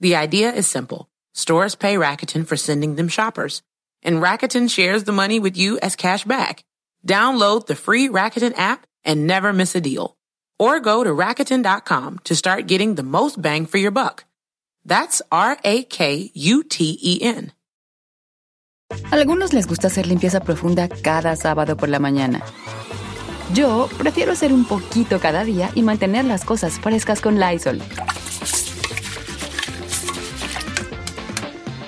S7: The idea is simple. Stores pay Rakuten for sending them shoppers, and Rakuten shares the money with you as cash back. Download the free Rakuten app and never miss a deal. Or go to Rakuten.com to start getting the most bang for your buck. That's R A K U T E N.
S8: Algunos les gusta hacer limpieza profunda cada sábado por la mañana. Yo prefiero hacer un poquito cada día y mantener las cosas frescas con Lysol.